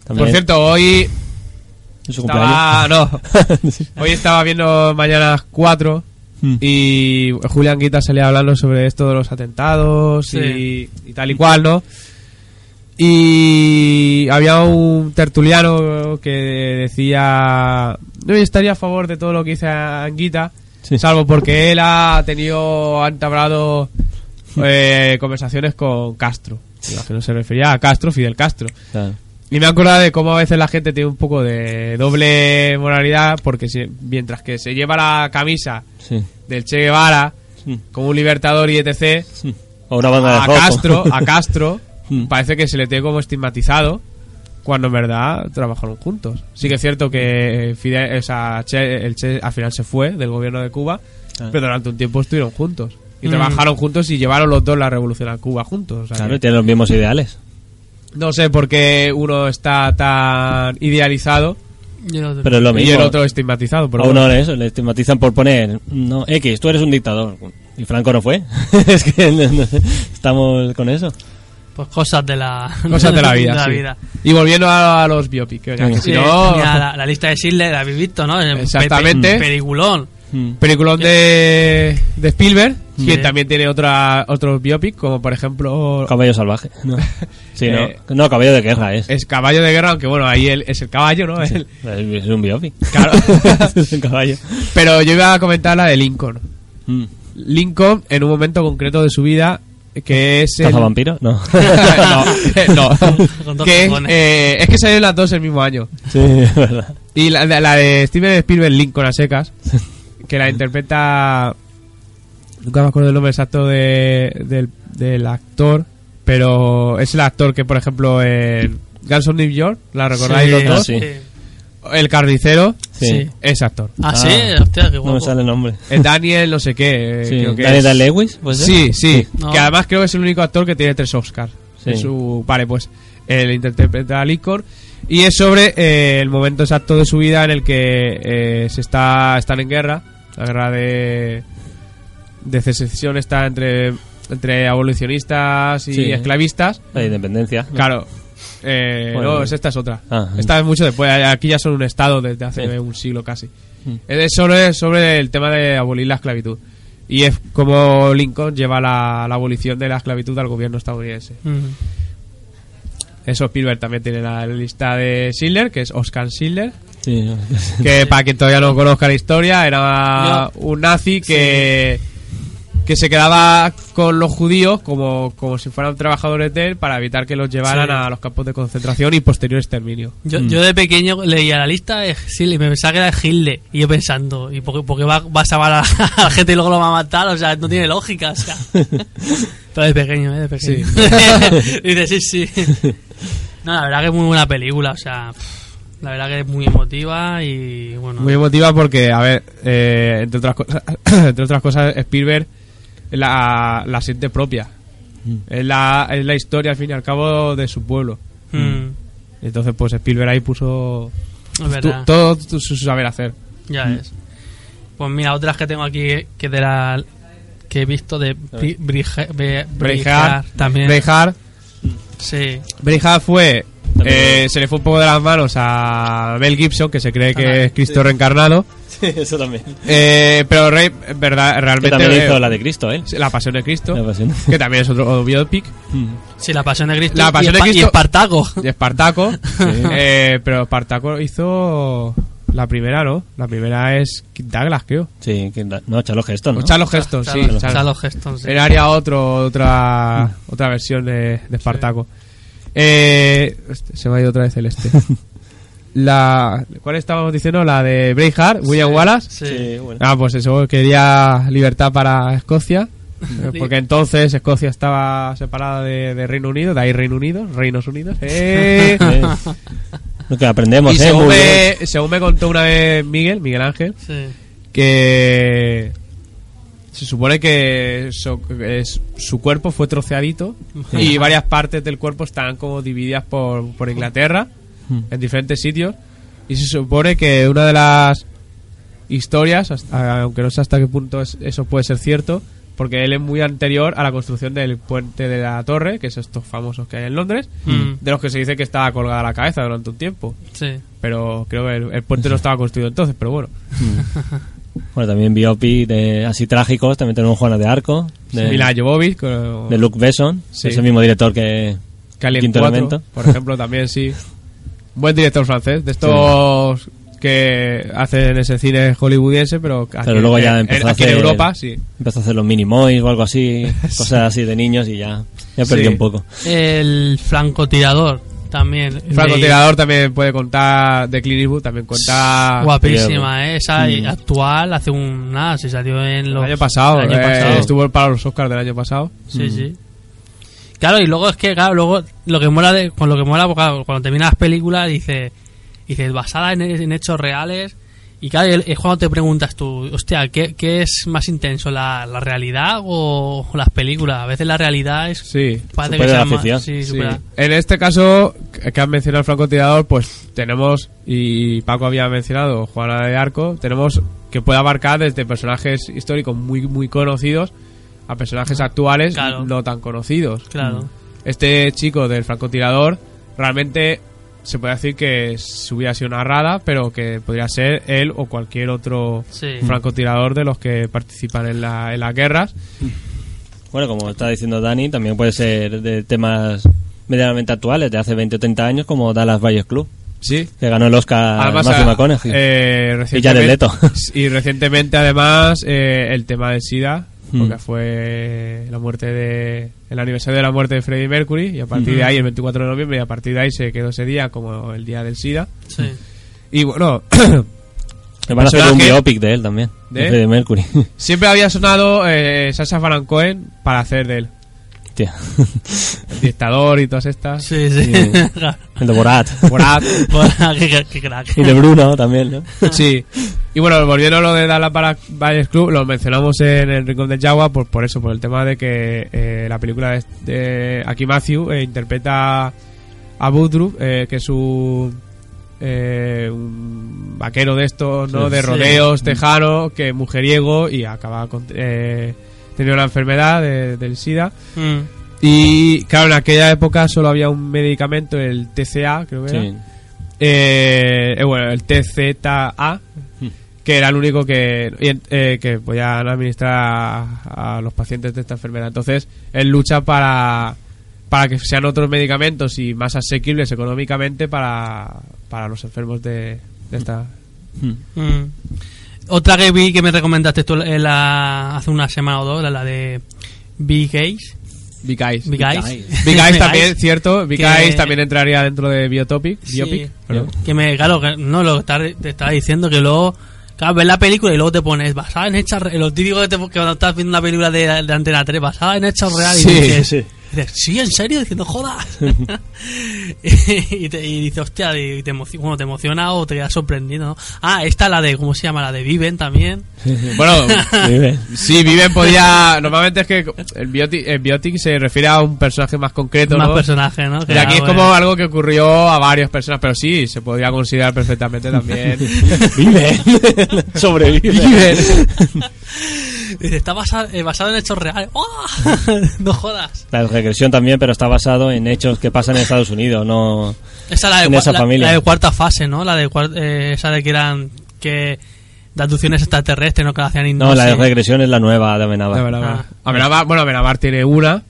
Speaker 4: También
Speaker 3: Por cierto, hoy
Speaker 4: en su cumpleaños.
Speaker 3: estaba, no,
Speaker 4: Sí.
Speaker 3: hoy estaba viendo Mañanas 4
Speaker 4: Mm.
Speaker 3: y Julián Guita salía hablando sobre esto de los atentados
Speaker 2: Sí.
Speaker 3: y, y tal y cual, ¿no? Y había un tertuliano que decía, no yo estaría a favor de todo lo que dice Anguita,
Speaker 4: Sí.
Speaker 3: salvo porque él ha tenido, ha entablado eh, conversaciones con Castro. Imagino se refería a Castro, Fidel Castro.
Speaker 4: Claro.
Speaker 3: Y me he acordado de cómo a veces la gente tiene un poco de doble moralidad, porque si- mientras que se lleva la camisa
Speaker 4: Sí. Hmm.
Speaker 3: del Che Guevara
Speaker 4: Sí.
Speaker 3: como un libertador y etc.,
Speaker 4: Sí. O una banda de
Speaker 3: a
Speaker 4: rock.
Speaker 3: Castro, a Castro,
Speaker 4: Mm.
Speaker 3: parece que se le tiene como estigmatizado, cuando en verdad trabajaron juntos. Sí que es cierto que eh, Fidel, o sea, Che- el Che al final se fue del gobierno de Cuba,
Speaker 4: Claro.
Speaker 3: pero durante un tiempo estuvieron juntos. Y
Speaker 4: Hmm.
Speaker 2: Mm.
Speaker 3: trabajaron juntos y llevaron los dos la revolución a Cuba juntos. o sea
Speaker 4: Claro,
Speaker 3: que-
Speaker 4: y tiene los mismos ideales.
Speaker 3: no sé por qué uno está tan idealizado
Speaker 2: Y el otro.
Speaker 4: Pero es lo mismo.
Speaker 3: y el otro estigmatizado. Pero
Speaker 4: a
Speaker 3: bueno.
Speaker 4: uno le- eso, le estigmatizan por poner no X, tú eres un dictador. Y Franco no fue. es que no- no- estamos con eso.
Speaker 2: Pues cosas de la,
Speaker 3: Cosas de la vida,
Speaker 2: de
Speaker 3: sí. Y volviendo a, a los biopic, que, venga, que
Speaker 4: Venga.
Speaker 3: si
Speaker 2: Eh,
Speaker 3: no...
Speaker 2: mira, la, la lista de Schindler la habéis visto, ¿no? En-
Speaker 3: Exactamente.
Speaker 2: pe- pe- Peliculón.
Speaker 4: Mm.
Speaker 3: Peliculón de, de Spielberg,
Speaker 2: Sí.
Speaker 3: quien también tiene otra, otros biopic, como por ejemplo...
Speaker 4: Caballo salvaje. No. Sí, no.
Speaker 3: Eh,
Speaker 4: no, caballo de guerra es.
Speaker 3: Es Caballo de Guerra, aunque bueno, ahí él es el caballo, ¿no? Él.
Speaker 4: Es un biopic.
Speaker 3: Claro.
Speaker 4: es un caballo.
Speaker 3: Pero yo iba a comentar la de Lincoln.
Speaker 4: Mm.
Speaker 3: Lincoln, en un momento concreto de su vida, que es... el-
Speaker 4: ¿Cazavampiro? No.
Speaker 3: no,
Speaker 2: Con
Speaker 3: no.
Speaker 2: dos
Speaker 3: Que es,
Speaker 2: cojones.
Speaker 3: eh, es que salieron las dos el mismo año.
Speaker 4: sí, es verdad.
Speaker 3: Y la, la de Steven Spielberg, Lincoln a secas, que la interpreta... Nunca me acuerdo el nombre exacto de, del, del actor, pero es el actor que, por ejemplo, en Guns of New York, ¿la recordáis los
Speaker 2: Sí,
Speaker 3: dos?
Speaker 4: Ah, sí.
Speaker 2: eh,
Speaker 3: El carnicero
Speaker 4: Sí.
Speaker 2: Sí.
Speaker 3: es actor.
Speaker 2: Ah, sí, hostia, qué
Speaker 4: No me
Speaker 2: guapo.
Speaker 4: sale el nombre.
Speaker 3: El Daniel no sé qué. eh,
Speaker 4: Sí.
Speaker 3: creo que
Speaker 4: ¿Daniel
Speaker 3: es-
Speaker 4: Day-Lewis? puede ser?
Speaker 3: Sí, sí.
Speaker 2: No.
Speaker 3: Que además creo que es el único actor que tiene tres Oscars.
Speaker 4: Sí.
Speaker 3: En su, vale, pues él interpreta a Lincoln. Y es sobre eh, el momento exacto de su vida en el que eh, se está están en guerra. La guerra de, de secesión está entre, entre abolicionistas y
Speaker 4: Sí.
Speaker 3: esclavistas.
Speaker 4: La independencia.
Speaker 3: Claro. Eh,
Speaker 4: Bueno.
Speaker 3: no, es- esta es otra.
Speaker 4: Ah.
Speaker 3: esta es mucho después. Eh, Aquí ya son un estado desde hace
Speaker 4: Sí.
Speaker 3: un siglo casi.
Speaker 4: Mm.
Speaker 3: Es sobre, sobre el tema de abolir la esclavitud. Y es como Lincoln lleva la, la abolición de la esclavitud al gobierno estadounidense.
Speaker 2: Mm.
Speaker 3: Eso Spielberg también tiene la lista de Schiller, que es Oscar Schiller,
Speaker 4: Sí.
Speaker 3: que para quien todavía no conozca la historia, era un nazi que, que se quedaba con los judíos como, como si fueran trabajadores de él para evitar que los llevaran
Speaker 2: Sí.
Speaker 3: a los campos de concentración y posterior exterminio.
Speaker 2: Yo, yo de pequeño leía la lista de Hitler y me pensaba que era Hitler. Y yo pensando, ¿y por qué, por qué va, va a salvar a la, a la gente y luego lo va a matar? O sea, no tiene lógica, o sea. Pero de pequeño, ¿eh? De pequeño. Dice, sí, sí. No, la verdad que es muy buena película, o sea. pff, La verdad que es muy emotiva y bueno. mm,
Speaker 3: Muy emotiva porque, a ver, eh, entre, otras cosas, entre otras cosas, Spielberg la, la siente propia. Es la, es la historia, al fin y al cabo, de su pueblo.
Speaker 2: Mm,
Speaker 3: Entonces, pues Spielberg ahí puso
Speaker 2: es
Speaker 3: tu-
Speaker 2: verdad.
Speaker 3: todo tu- su saber hacer.
Speaker 2: Ya es. Pues mira, otras que tengo aquí que de la que he visto de Bri- Brige- Be- Brigar
Speaker 3: Braveheart
Speaker 2: también.
Speaker 3: Braveheart.
Speaker 2: Sí.
Speaker 3: Braveheart fue...
Speaker 4: También.
Speaker 3: eh, se le fue un poco de las manos a Mel Gibson, que se cree que es Cristo reencarnado.
Speaker 4: sí, eso también.
Speaker 3: Eh, pero Rey, verdad,
Speaker 4: Que
Speaker 3: realmente...
Speaker 4: también
Speaker 3: eh,
Speaker 4: hizo la de Cristo, ¿eh?
Speaker 3: La Pasión de Cristo.
Speaker 4: La pasión.
Speaker 3: Que también es otro biopic.
Speaker 4: Mm.
Speaker 2: Sí, la pasión de Cristo.
Speaker 3: La Pasión
Speaker 2: y, Espa-
Speaker 3: de Cristo-
Speaker 2: y Espartaco.
Speaker 3: de Espartaco. Eh, pero Espartaco hizo la primera, ¿no? La primera es Kirk Douglas, creo.
Speaker 4: Sí, que la- no, Charlo Gesto, ¿no?
Speaker 3: O Charles Heston, sí.
Speaker 2: Charles-
Speaker 3: Charles-
Speaker 2: Charles Heston, sí.
Speaker 3: Él haría otro, otra, otra versión de, de Espartaco. Eh, este, se me ha ido otra vez el este. La, ¿Cuál estábamos diciendo? La de Braveheart, William Wallace.
Speaker 2: Sí.
Speaker 4: Sí, bueno.
Speaker 3: Ah, pues eso, quería libertad para Escocia. eh, Porque entonces Escocia estaba separada de, de Reino Unido, de ahí Reino Unido, Reinos Unidos. ¡Eh!
Speaker 4: Eh, Lo que aprendemos,
Speaker 3: Y
Speaker 4: ¿eh?
Speaker 3: según,
Speaker 4: Muy bien.
Speaker 3: me, según me contó una vez Miguel, Miguel Ángel,
Speaker 2: Sí.
Speaker 3: que Se supone que so- es- su cuerpo fue troceadito y varias partes del cuerpo están como divididas por, por Inglaterra
Speaker 4: Mm.
Speaker 3: en diferentes sitios. Y se supone que una de las historias, hasta- aunque no sé hasta qué punto es- eso puede ser cierto, porque él es muy anterior a la construcción del puente de la torre, que es estos famosos que hay en Londres,
Speaker 2: Mm.
Speaker 3: de los que se dice que estaba colgada la cabeza durante un tiempo.
Speaker 2: Sí.
Speaker 3: Pero creo que el, el puente no estaba construido entonces, pero bueno.
Speaker 4: Bueno, también biopic de así trágicos, también tenemos Juana de Arco, de,
Speaker 3: Mila Jovovich, con-
Speaker 4: de Luke Besson,
Speaker 3: Sí.
Speaker 4: es el mismo director que
Speaker 3: Que Alien
Speaker 4: Quinto
Speaker 3: 4,
Speaker 4: Elemento.
Speaker 3: por ejemplo, también sí. Buen director francés, de estos que hacen ese cine hollywoodiense, pero aquí,
Speaker 4: Pero luego ya
Speaker 3: en-
Speaker 4: empezó
Speaker 3: en,
Speaker 4: a
Speaker 3: aquí en
Speaker 4: hacer-
Speaker 3: Europa, sí.
Speaker 4: empezó a hacer los Minimoys o algo así, cosas así de niños y ya, ya
Speaker 3: Sí.
Speaker 4: perdí un poco.
Speaker 2: El francotirador también.
Speaker 3: Francotirador también puede contar, de Clint Eastwood también cuenta...
Speaker 2: Guapísima, ¿eh? Esa y actual, hace un... Nada, se salió en
Speaker 3: Mm. El
Speaker 2: los...
Speaker 3: año pasado,
Speaker 2: el año
Speaker 3: eh,
Speaker 2: pasado.
Speaker 3: estuvo para los Oscars del año pasado.
Speaker 4: Mm.
Speaker 2: Sí, sí. Claro, y luego es que, claro, luego lo que mola, de, con lo que mola, porque, claro, cuando terminas las películas, dice, dice basada en, en hechos reales. Y claro, el- es cuando te preguntas tú, hostia, ¿qué, qué es más intenso, la, la realidad o, o las películas? A veces la realidad es.
Speaker 3: Sí.
Speaker 2: parece
Speaker 4: supera
Speaker 2: que sea
Speaker 4: la
Speaker 2: más-
Speaker 4: ficción.
Speaker 2: sí,
Speaker 3: Sí.
Speaker 2: supera.
Speaker 3: En este caso, que que han mencionado el francotirador, pues tenemos, y Paco había mencionado Juana de Arco, tenemos que puede abarcar desde personajes históricos muy, muy conocidos a personajes actuales
Speaker 2: Claro.
Speaker 3: no tan conocidos.
Speaker 2: Claro.
Speaker 3: Este chico del francotirador realmente se puede decir que si hubiera sido una rada, pero que podría ser él o cualquier otro
Speaker 4: Mm.
Speaker 2: Sí.
Speaker 3: francotirador de los que participan en, la- en las guerras.
Speaker 4: Bueno, como está diciendo Dani, también puede ser de temas medianamente actuales, de hace 20 o 30 años, como Dallas Valles Club,
Speaker 3: Sí,
Speaker 4: que ganó el Oscar
Speaker 3: Además,
Speaker 4: Ah, Matthew
Speaker 3: Ah, a-
Speaker 4: McConaughey.
Speaker 3: eh,
Speaker 4: Y Jared
Speaker 3: recientemente,
Speaker 4: Leto.
Speaker 3: y recientemente, además, eh, el tema del SIDA, porque
Speaker 4: Mm.
Speaker 3: fue la muerte de. el aniversario de la muerte de Freddie Mercury, y a partir
Speaker 4: Hmm.
Speaker 3: de ahí, el 24 de noviembre, y a partir de ahí se quedó ese día como el día del SIDA.
Speaker 2: Sí.
Speaker 4: Mm.
Speaker 3: Y bueno,
Speaker 4: Me van a hacer un
Speaker 3: personaje-
Speaker 4: biopic de él también, de,
Speaker 3: ¿De?
Speaker 4: Freddie Mercury.
Speaker 3: siempre había sonado eh, Sasha Baron Cohen para hacer de él,
Speaker 4: Tía.
Speaker 3: el dictador y todas estas.
Speaker 2: Sí, sí.
Speaker 4: Mm. El de Borat.
Speaker 3: Borat.
Speaker 2: Bueno, qué- qué- qué crack.
Speaker 4: y de Bruno también, ¿no?
Speaker 3: Sí. Y bueno, volviendo a lo de Dallas para Valles Club, lo mencionamos en el Rincón del Jaguar por, por eso, por el tema de que eh, la película de, de aquí Matthew eh, interpreta a Woodruff, eh, que es un, eh, un vaquero de estos, ¿no?
Speaker 4: Sí.
Speaker 3: de
Speaker 2: Sí.
Speaker 3: rodeos, tejano, que es mujeriego y acaba con, eh, teniendo una enfermedad de- del SIDA.
Speaker 2: Mm.
Speaker 3: Y claro, en aquella época solo había un medicamento, el TCA, creo que era.
Speaker 4: Sí.
Speaker 3: Eh, eh, bueno, el TZA, que era el único que, y en- eh, que podían administrar a, a los pacientes de esta enfermedad. Entonces, él lucha para, para que sean otros medicamentos y más asequibles económicamente para, para los enfermos de, de esta.
Speaker 2: Mm. Otra que vi que me recomendaste tú eh, la, hace una semana o dos, la, la de Big Gays.
Speaker 3: Big Eyes.
Speaker 2: Big Eyes.
Speaker 3: Big Eyes también,
Speaker 2: Eyes.
Speaker 3: cierto. Big
Speaker 2: Que-
Speaker 3: Eyes también entraría dentro de Biotopic.
Speaker 2: Sí.
Speaker 3: Biopic, perdón.
Speaker 2: Que me, claro, que, no, lo que está- te estaba diciendo que luego, claro, ves la película y luego te pones basada en hechos reales. Lo típico que, te, que cuando estás viendo una película de, de Antena 3, basada en hechos reales.
Speaker 3: Sí,
Speaker 2: y dices,
Speaker 4: sí.
Speaker 2: dices, "Sí, en serio, diciendo, joda. y, te, y dices, hostia, y te, emoci- bueno, te emociona o te quedas sorprendido. ¿no? Ah, esta la de, ¿cómo se llama? La de Viven también.
Speaker 3: Bueno,
Speaker 4: Muy bien.
Speaker 3: Sí, Viven podía. Normalmente es que el biotic, el biotic se refiere a un personaje más concreto.
Speaker 2: Más
Speaker 3: ¿no?
Speaker 2: personajes, ¿no?
Speaker 3: Y aquí es como algo que ocurrió a varias personas, pero sí, se podría considerar perfectamente también.
Speaker 4: Vive. Sobrevive.
Speaker 2: Dice, está basa- eh, basado en hechos reales. ¡Oh! no jodas.
Speaker 4: La regresión también, pero está basado en hechos que pasan en Estados Unidos, no...
Speaker 2: Esa la de,
Speaker 4: En
Speaker 2: cua-
Speaker 4: esa
Speaker 2: la-
Speaker 4: familia.
Speaker 2: la de cuarta fase, ¿no? La de cuar- eh, esa de que eran que de aducciones extraterrestres, no que la hacían
Speaker 4: No, la
Speaker 2: sé.
Speaker 4: de regresión es la nueva de Amenábar.
Speaker 3: De Amenábar.
Speaker 2: Ah.
Speaker 3: Amenábar- bueno, Amenábar tiene una,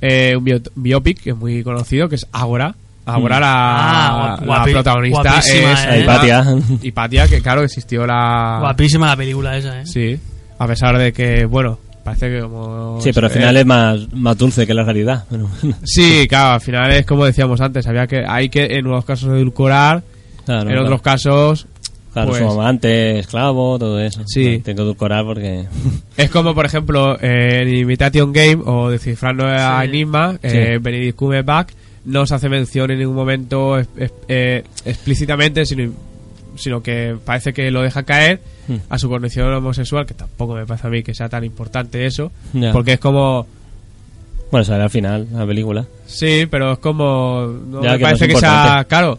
Speaker 3: eh, un bio- biopic que es muy conocido, que es Agora. Agora la,
Speaker 2: Ah, guap-
Speaker 3: la
Speaker 2: guapi-
Speaker 3: protagonista
Speaker 2: guapísima,
Speaker 3: es
Speaker 2: eh.
Speaker 4: Hipatia.
Speaker 3: Hipatia, que claro, existió la...
Speaker 2: Guapísima la película esa, ¿eh?
Speaker 3: Sí, a pesar de que, bueno, parece que como...
Speaker 4: Sí, pero al
Speaker 3: eh,
Speaker 4: final es más, más dulce que la realidad. Pero bueno,
Speaker 3: Sí, claro, al final es como decíamos antes, había que hay que en unos casos edulcorar,
Speaker 4: claro,
Speaker 3: en
Speaker 4: claro.
Speaker 3: otros casos
Speaker 4: Claro,
Speaker 3: pues-
Speaker 4: su amante, esclavo, todo eso.
Speaker 3: Sí.
Speaker 4: Claro, Tengo que edulcorar porque...
Speaker 3: es como por ejemplo eh, en Imitation Game o Descifrando a
Speaker 2: Sí.
Speaker 3: Enigma, eh, Benedict Cumberbatch no se hace mención en ningún momento es- es- eh, explícitamente, sino sino que parece que lo deja caer
Speaker 4: Mm.
Speaker 3: a su condición homosexual, que tampoco me parece a mí que sea tan importante eso,
Speaker 4: Ya.
Speaker 3: porque es como...
Speaker 4: Bueno, sale al final, la película.
Speaker 3: Sí, pero es como. No
Speaker 4: Ya,
Speaker 3: me
Speaker 4: que no
Speaker 3: parece
Speaker 4: es
Speaker 3: que sea.
Speaker 4: importante.
Speaker 3: Claro.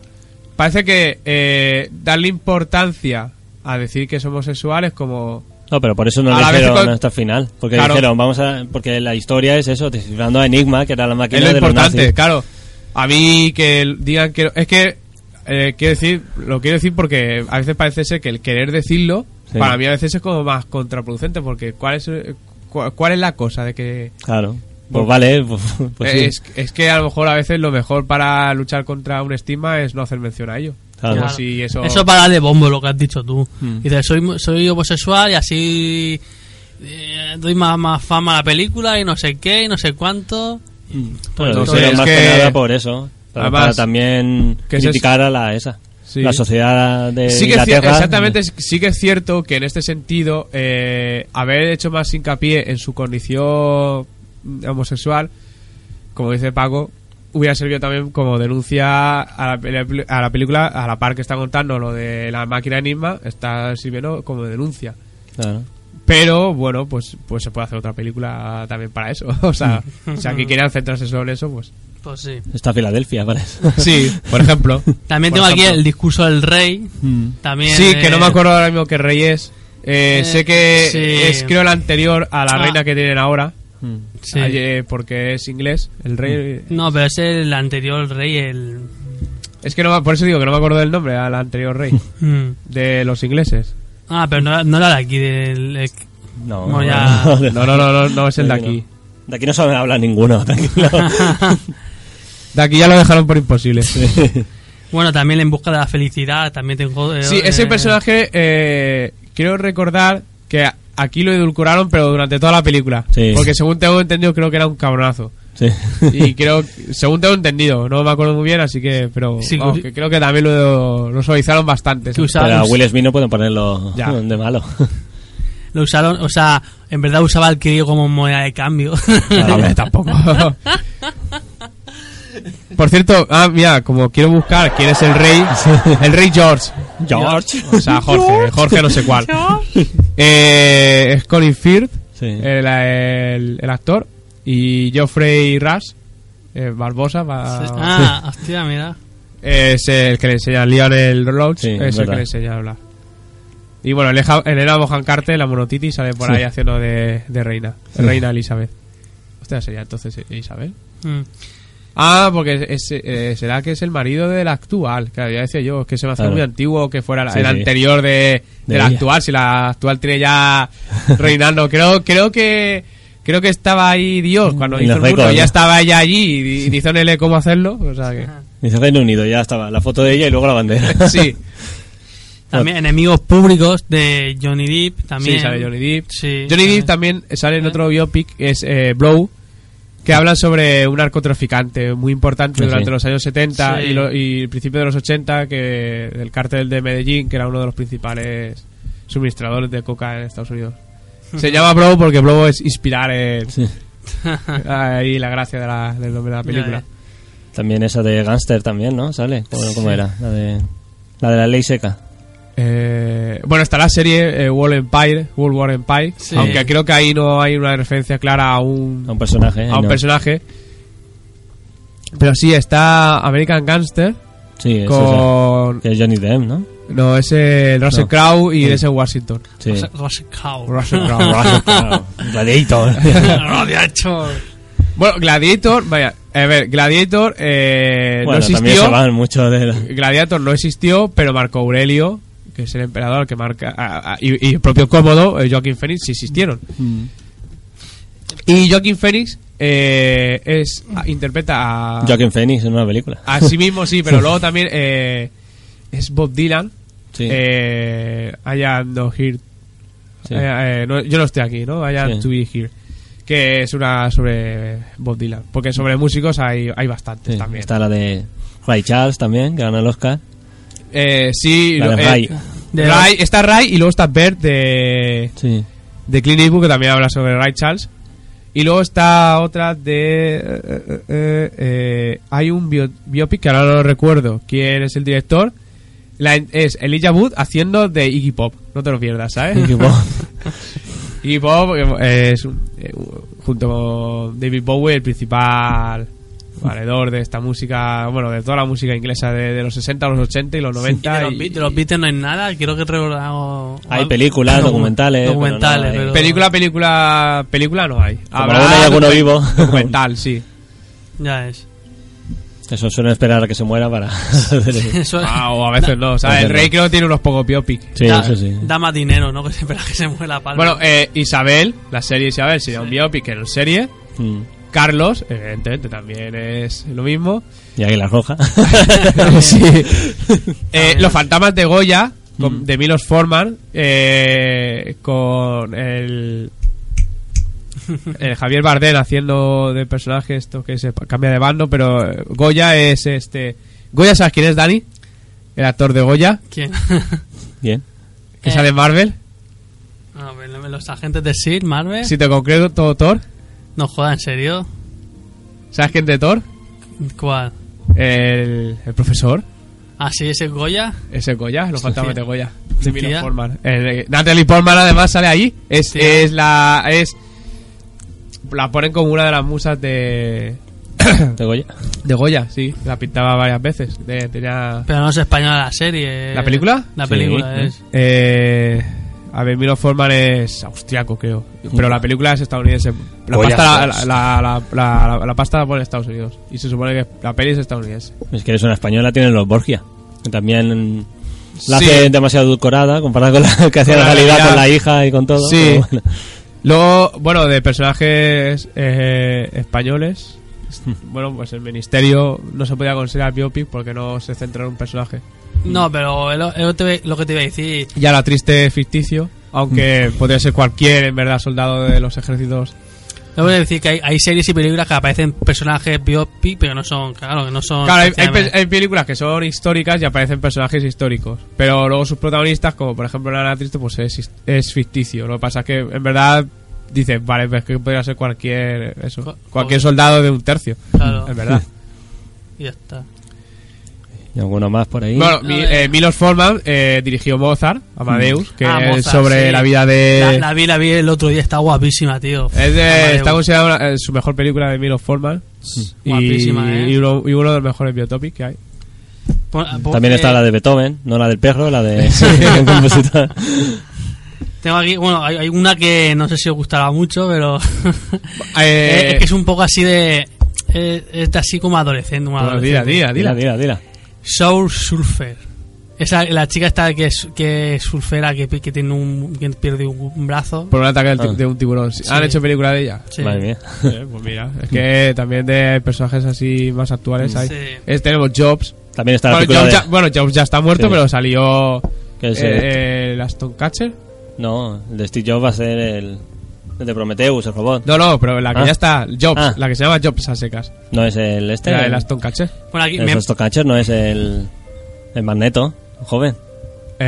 Speaker 3: Parece que eh, darle importancia a decir que es homosexual es como.
Speaker 4: No, pero por eso no
Speaker 3: A
Speaker 4: lo
Speaker 3: la vez
Speaker 4: dijeron
Speaker 3: con-
Speaker 4: hasta el final. Porque
Speaker 3: Claro.
Speaker 4: dijeron, vamos a. Porque la historia es eso, descifrando a Enigma, que era la máquina
Speaker 3: Es lo
Speaker 4: de los
Speaker 3: importante,
Speaker 4: nazis.
Speaker 3: claro. A mí que el- digan que. Es que. eh, quiero decir. Lo quiero decir porque a veces parece ser que el querer decirlo.
Speaker 4: Sí.
Speaker 3: Para mí a veces es como más contraproducente porque ¿cuál es, eh, cu- cuál es la cosa de que.
Speaker 4: Claro.
Speaker 3: Bueno.
Speaker 4: Pues vale, pues, pues sí.
Speaker 3: es, es que a lo mejor a veces lo mejor para luchar contra un estigma es no hacer mención a ello.
Speaker 4: Claro.
Speaker 3: Como
Speaker 4: Claro.
Speaker 3: si Pues eso, Mm.
Speaker 2: Eso para darle bombo lo que has dicho tú. Dices, soy, soy homosexual y así eh, doy más, más fama a la película y no sé qué y no sé cuánto.
Speaker 3: Mm.
Speaker 2: Pues
Speaker 4: Bueno,
Speaker 3: Entonces,
Speaker 4: lo hicieron
Speaker 3: es
Speaker 4: más que,
Speaker 3: que-
Speaker 4: nada por eso. Para,
Speaker 3: Además,
Speaker 4: para también
Speaker 3: que eso es-
Speaker 4: criticar a la esa.
Speaker 3: Sí.
Speaker 4: La sociedad de
Speaker 3: sí que es cier-
Speaker 4: Eh, Inglaterra.
Speaker 3: exactamente es- sí que es cierto que en este sentido eh, haber hecho más hincapié en su condición mm, homosexual como dice Paco hubiera servido también como denuncia a la, peli- a la película a la par que está contando lo de la máquina enigma está sirviendo como denuncia
Speaker 4: Claro.
Speaker 3: pero bueno pues pues se puede hacer otra película también para eso o sea si aquí querían centrarse sobre eso pues
Speaker 2: Pues sí.
Speaker 4: Está Filadelfia, parece.
Speaker 3: sí por ejemplo
Speaker 2: También
Speaker 3: Por
Speaker 2: tengo aquí
Speaker 3: ejemplo. Mm.
Speaker 2: el discurso del rey. También,
Speaker 3: Sí, que
Speaker 2: eh,
Speaker 3: no me acuerdo ahora mismo que rey es. Eh,
Speaker 2: Eh,
Speaker 3: sé que
Speaker 2: sí.
Speaker 3: es creo la anterior a la
Speaker 2: Ah.
Speaker 3: reina que tienen ahora.
Speaker 2: sí. Mm.
Speaker 3: Ayer, porque es inglés. El rey.
Speaker 2: No, pero es el anterior rey, el...
Speaker 3: Es que no me- por eso digo que no me acuerdo del nombre al anterior rey.
Speaker 2: Mm.
Speaker 3: de los ingleses.
Speaker 2: Ah, pero no, no era de aquí, del... el-
Speaker 4: No,
Speaker 2: Bueno, ya-
Speaker 3: No, no, no, no, no es el de aquí.
Speaker 4: De aquí no se habla ninguno, tranquilo.
Speaker 3: De aquí ya lo dejaron por imposible. Sí,
Speaker 2: Bueno, también en busca de la felicidad, también tengo... eh,
Speaker 3: ese
Speaker 2: eh,
Speaker 3: personaje. Eh, quiero recordar que aquí lo edulcoraron, pero durante toda la película.
Speaker 4: Sí.
Speaker 3: Porque según tengo entendido, creo que era un cabronazo.
Speaker 4: Sí.
Speaker 3: Y creo, según tengo entendido, no me acuerdo muy bien, así que, pero
Speaker 2: Sí,
Speaker 3: vamos,
Speaker 2: que-
Speaker 3: que creo que también lo, lo suavizaron bastante.
Speaker 2: Que
Speaker 3: ¿sabes?
Speaker 2: usaba-
Speaker 4: Pero a
Speaker 2: us-
Speaker 4: Will Smith no pueden ponerlo
Speaker 3: Ya.
Speaker 4: de malo.
Speaker 2: Lo usaron, o sea, en verdad usaba el crío como moneda de cambio.
Speaker 4: Claro.
Speaker 3: Hombre, tampoco. Por cierto, ah, mira, como quiero buscar quién es el rey, el rey George.
Speaker 4: George.
Speaker 3: O sea, Jorge, Jorge no sé cuál. Eh, es Colin Firth,
Speaker 4: Sí.
Speaker 3: el, el- el actor, y Geoffrey Rush, eh, Barbosa, va-
Speaker 2: ah, hostia, mira.
Speaker 3: Es el que le enseña Lionel Roach,
Speaker 4: Sí,
Speaker 3: es el
Speaker 4: verdad.
Speaker 3: que le enseña a hablar. Y bueno, Eleja- Elena Bohan Carter, la monotiti, sale por
Speaker 4: Sí.
Speaker 3: ahí haciendo de, de reina. Reina Elizabeth. Hostia, sería entonces Isabel.
Speaker 2: Mm.
Speaker 3: Ah, porque es- es- eh, será que es el marido del actual. Claro, ya decía yo, es que se me hace
Speaker 4: Claro.
Speaker 3: muy antiguo que fuera la-
Speaker 4: Sí,
Speaker 3: el
Speaker 4: sí.
Speaker 3: anterior de,
Speaker 4: De
Speaker 3: del
Speaker 4: ella.
Speaker 3: actual. Si la actual tiene ya reinando, creo, creo que. Creo que estaba ahí Dios cuando
Speaker 4: Y
Speaker 3: hizo el
Speaker 4: los
Speaker 3: mundo,
Speaker 4: récords,
Speaker 3: ya
Speaker 4: ¿no?
Speaker 3: estaba ella allí y, di- y hizo en L cómo hacerlo. O sea que.
Speaker 4: Dice Reino Unido, ya estaba. La foto de ella y luego la bandera.
Speaker 3: Sí.
Speaker 2: También enemigos públicos de Johnny Depp, también.
Speaker 3: Sí, sale Johnny Depp.
Speaker 2: Sí,
Speaker 3: Johnny
Speaker 2: sale.
Speaker 3: Depp también sale en otro biopic, que es eh, Blow, que habla sobre un narcotraficante muy importante
Speaker 4: Ah, sí.
Speaker 3: durante los años 70
Speaker 2: Sí.
Speaker 3: y, lo- y el principio de los 80, que del cártel de Medellín, que era uno de los principales suministradores de coca en Estados Unidos. Se llama Blow porque Blow es inspirar en-
Speaker 4: Sí.
Speaker 3: ahí la gracia de la- del nombre de la película.
Speaker 2: Ya,
Speaker 4: También esa de Gangster también, ¿no? ¿Sale? ¿Cómo, cómo
Speaker 2: Sí.
Speaker 4: era? La de, la de la ley seca.
Speaker 3: Eh, bueno, está la serie eh, World Empire, World War Empire,
Speaker 2: Sí.
Speaker 3: aunque creo que ahí no hay una referencia clara a un,
Speaker 4: A un personaje.
Speaker 3: a un
Speaker 4: Eh, no.
Speaker 3: personaje. Pero sí, está American Gangster
Speaker 4: Sí, es esa.
Speaker 3: con...
Speaker 4: Que es Johnny Depp, ¿no?
Speaker 3: No, es el Russell
Speaker 4: No.
Speaker 3: Crowe y ese Washington.
Speaker 4: Sí.
Speaker 2: Ros- Roscoe.
Speaker 3: Russell Crowe. Eh,
Speaker 4: Gladiator.
Speaker 2: Radiator.
Speaker 3: bueno, Gladiator, vaya, a ver, Gladiator eh, no
Speaker 4: bueno, también se
Speaker 3: existió.
Speaker 4: van mucho de... la-
Speaker 3: Gladiator no existió, pero Marco Aurelio, que es el emperador que marca... ah, ah, y, y el propio Cómodo, eh, Joaquín Phoenix, sí existieron.
Speaker 4: Mm.
Speaker 3: Y Joaquín Phoenix eh, es, ah, interpreta a...
Speaker 4: Joaquin Phoenix en una película.
Speaker 3: Así mismo, sí, pero luego también eh, es Bob Dylan.
Speaker 4: Sí.
Speaker 3: Eh, I am not here.
Speaker 4: Sí.
Speaker 3: Eh, eh, no, yo no estoy aquí, ¿no? I am
Speaker 4: Sí.
Speaker 3: to be here. Que es una sobre Bob Dylan. Porque sobre músicos hay, hay bastantes
Speaker 4: Sí,
Speaker 3: pues también.
Speaker 4: Está la de Ray Charles también, que ganó el Oscar.
Speaker 3: Eh, sí,
Speaker 4: La de
Speaker 3: lo- eh,
Speaker 4: Ray.
Speaker 2: De-
Speaker 3: Ray- Está Ray y luego está Bert de,
Speaker 4: Sí.
Speaker 3: de Clint Eastwood, que también habla sobre Ray Charles. Y luego está otra de... eh, eh, eh, eh, hay un bio- biopic que ahora no lo recuerdo. ¿Quién es el director? La- es Elijah Wood haciendo de Iggy Pop. No te lo pierdas, ¿sabes?
Speaker 4: Iggy Pop.
Speaker 3: Iggy Pop eh, es un- eh, un- junto con David Bowie el principal valedor de esta música, bueno, de toda la música inglesa de, de los 60, los 80 y los
Speaker 2: Y de
Speaker 3: 90.
Speaker 2: los,
Speaker 3: y-
Speaker 2: Beat- de los Beatles no hay nada, creo que recordamos-
Speaker 4: Hay películas,
Speaker 2: Docu-
Speaker 4: documentales, pero
Speaker 2: documentales,
Speaker 4: no hay-
Speaker 2: pero-
Speaker 3: Película, película, película no hay.
Speaker 4: aún hay alguno
Speaker 3: docu-
Speaker 4: vivo.
Speaker 3: Documental, sí.
Speaker 2: Ya es.
Speaker 4: Eso suelen esperar a que se muera para... sí,
Speaker 2: Eso-
Speaker 3: Ah, o a veces no, ¿sabes? El rey creo que tiene unos pocos biopic.
Speaker 2: da,
Speaker 4: eso sí.
Speaker 2: da más dinero, ¿no? Que se espera que se mueva la palma.
Speaker 3: Bueno, eh, Isabel, la serie Isabel sería un biopic en serie.
Speaker 4: Mm.
Speaker 3: Carlos, evidentemente, también es lo mismo.
Speaker 4: Y Águila Roja.
Speaker 3: Eh, los fantasmas de Goya, con- de Milos Forman, eh, con el, el Javier Bardem haciendo de personaje esto que se pa- cambia de bando, pero eh, Goya es este... Goya, ¿sabes quién es Dani? El actor de Goya,
Speaker 2: ¿Quién?
Speaker 4: Bien.
Speaker 3: que
Speaker 2: Eh.
Speaker 3: sale en Marvel.
Speaker 2: A ver, Ah, los agentes de SID, Marvel.
Speaker 3: Si te concreto, todo Thor.
Speaker 2: No joda, ¿en serio?
Speaker 3: ¿Sabes quién es de Thor?
Speaker 2: ¿Cuál?
Speaker 3: El, el profesor.
Speaker 2: Ah, sí, ese es Goya.
Speaker 3: Ese Goya, los fantasmas de Goya. De Milos
Speaker 2: Hostia.
Speaker 3: Forman. Eh, Natalie Portman además sale ahí. Es,
Speaker 2: Hostia.
Speaker 3: es la. es La ponen como una de las musas de.
Speaker 4: De Goya.
Speaker 3: De Goya, sí. La pintaba varias veces. De- tenía.
Speaker 2: Pero no es española la serie.
Speaker 3: ¿La película?
Speaker 2: La
Speaker 4: Sí,
Speaker 2: película
Speaker 4: sí.
Speaker 2: es.
Speaker 3: Eh, a ver, Milos Forman es austriaco, creo. Pero la película es estadounidense. La
Speaker 6: Goya
Speaker 3: pasta la,
Speaker 6: Fox.
Speaker 3: la- la- la- la- la pasta la pone Estados Unidos. Y se supone que la peli es estadounidense.
Speaker 4: Es que eres una española, tienen los Borgia. Que también la
Speaker 3: Sí.
Speaker 4: hacen demasiado edulcorada comparada con la que hacía
Speaker 3: Con
Speaker 4: la
Speaker 3: la
Speaker 4: realidad
Speaker 3: realidad.
Speaker 4: con la hija y con todo.
Speaker 3: Sí.
Speaker 4: pero bueno.
Speaker 3: Luego, bueno, de personajes eh, españoles. Bueno, pues el ministerio no se podía considerar biopic porque no se centra en un personaje.
Speaker 2: No, pero es lo, es lo te- lo que te iba a decir.
Speaker 3: Ya la triste ficticio,
Speaker 2: Mm.
Speaker 3: aunque podría ser cualquier, en verdad, soldado de los ejércitos.
Speaker 2: Yo voy a decir que hay, hay series y películas que aparecen personajes biopic, pero no son, claro, que no son.
Speaker 3: Claro, hay, hay pe-
Speaker 2: especialmente-
Speaker 3: hay películas que son históricas y aparecen personajes históricos, pero luego sus protagonistas, como por ejemplo la triste, pues es, his- es ficticio. Lo que pasa es que, en verdad, dices, vale, pues que podría ser cualquier, eso,
Speaker 2: Co-
Speaker 3: cualquier
Speaker 2: co-
Speaker 3: soldado de un tercio.
Speaker 2: Claro.
Speaker 3: Es verdad.
Speaker 2: Y ya está.
Speaker 4: Y alguno más por ahí.
Speaker 3: Bueno, mi- eh, Milos Forman eh, dirigió Mozart, Amadeus, que
Speaker 2: Ah,
Speaker 3: es
Speaker 2: Mozart,
Speaker 3: sobre
Speaker 2: sí.
Speaker 3: la vida de...
Speaker 2: La, la vi, la vi el otro día, está guapísima, tío.
Speaker 3: es de-
Speaker 2: Amadeus.
Speaker 3: está considerada una- eh, su mejor película de Milos Forman. Y,
Speaker 2: Guapísima, ¿eh?
Speaker 3: y uno, y uno de los mejores biotopics que hay.
Speaker 2: Pon- pon-
Speaker 4: También
Speaker 2: eh,
Speaker 4: está la de Beethoven, no la del perro, la de un compositor.
Speaker 2: Tengo aquí, bueno, hay, hay una que no sé si os gustará mucho, pero.
Speaker 3: Eh,
Speaker 2: es que es un poco así de. Es, es de así como adolescente. Una
Speaker 3: bueno, dila,
Speaker 2: adolescente.
Speaker 3: dila,
Speaker 4: Dila,
Speaker 3: dila.
Speaker 4: dila, dila.
Speaker 2: Soul Surfer. Esa, la chica está que es, que es surfera, que, pi- que tiene un, que pierde un, un brazo.
Speaker 3: Por un ataque del ti-
Speaker 4: Ah.
Speaker 3: de un tiburón. Sí, ¿Han hecho película de ella?
Speaker 2: Sí.
Speaker 4: Madre mía.
Speaker 3: Eh, pues mira, es que también de personajes así más actuales hay.
Speaker 2: Sí.
Speaker 3: Es- tenemos Jobs.
Speaker 4: También está la
Speaker 3: Bueno
Speaker 4: película
Speaker 3: Jobs,
Speaker 4: de...
Speaker 3: ya, bueno, Jobs ya está muerto,
Speaker 4: Sí.
Speaker 3: pero salió
Speaker 4: que es, eh,
Speaker 3: eh, el Aston Catcher.
Speaker 4: No, el de Steve Jobs va a ser el, el de Prometheus, el robot.
Speaker 3: No, no, pero la que
Speaker 4: Ah.
Speaker 3: ya está, Jobs,
Speaker 4: Ah.
Speaker 3: la que se llama Jobs a secas.
Speaker 4: No es el este.
Speaker 3: Era el
Speaker 4: el
Speaker 3: Aston Catcher.
Speaker 2: Bueno, aquí
Speaker 4: el
Speaker 2: me-
Speaker 4: Stockcatcher, no es el, el Magneto, el joven.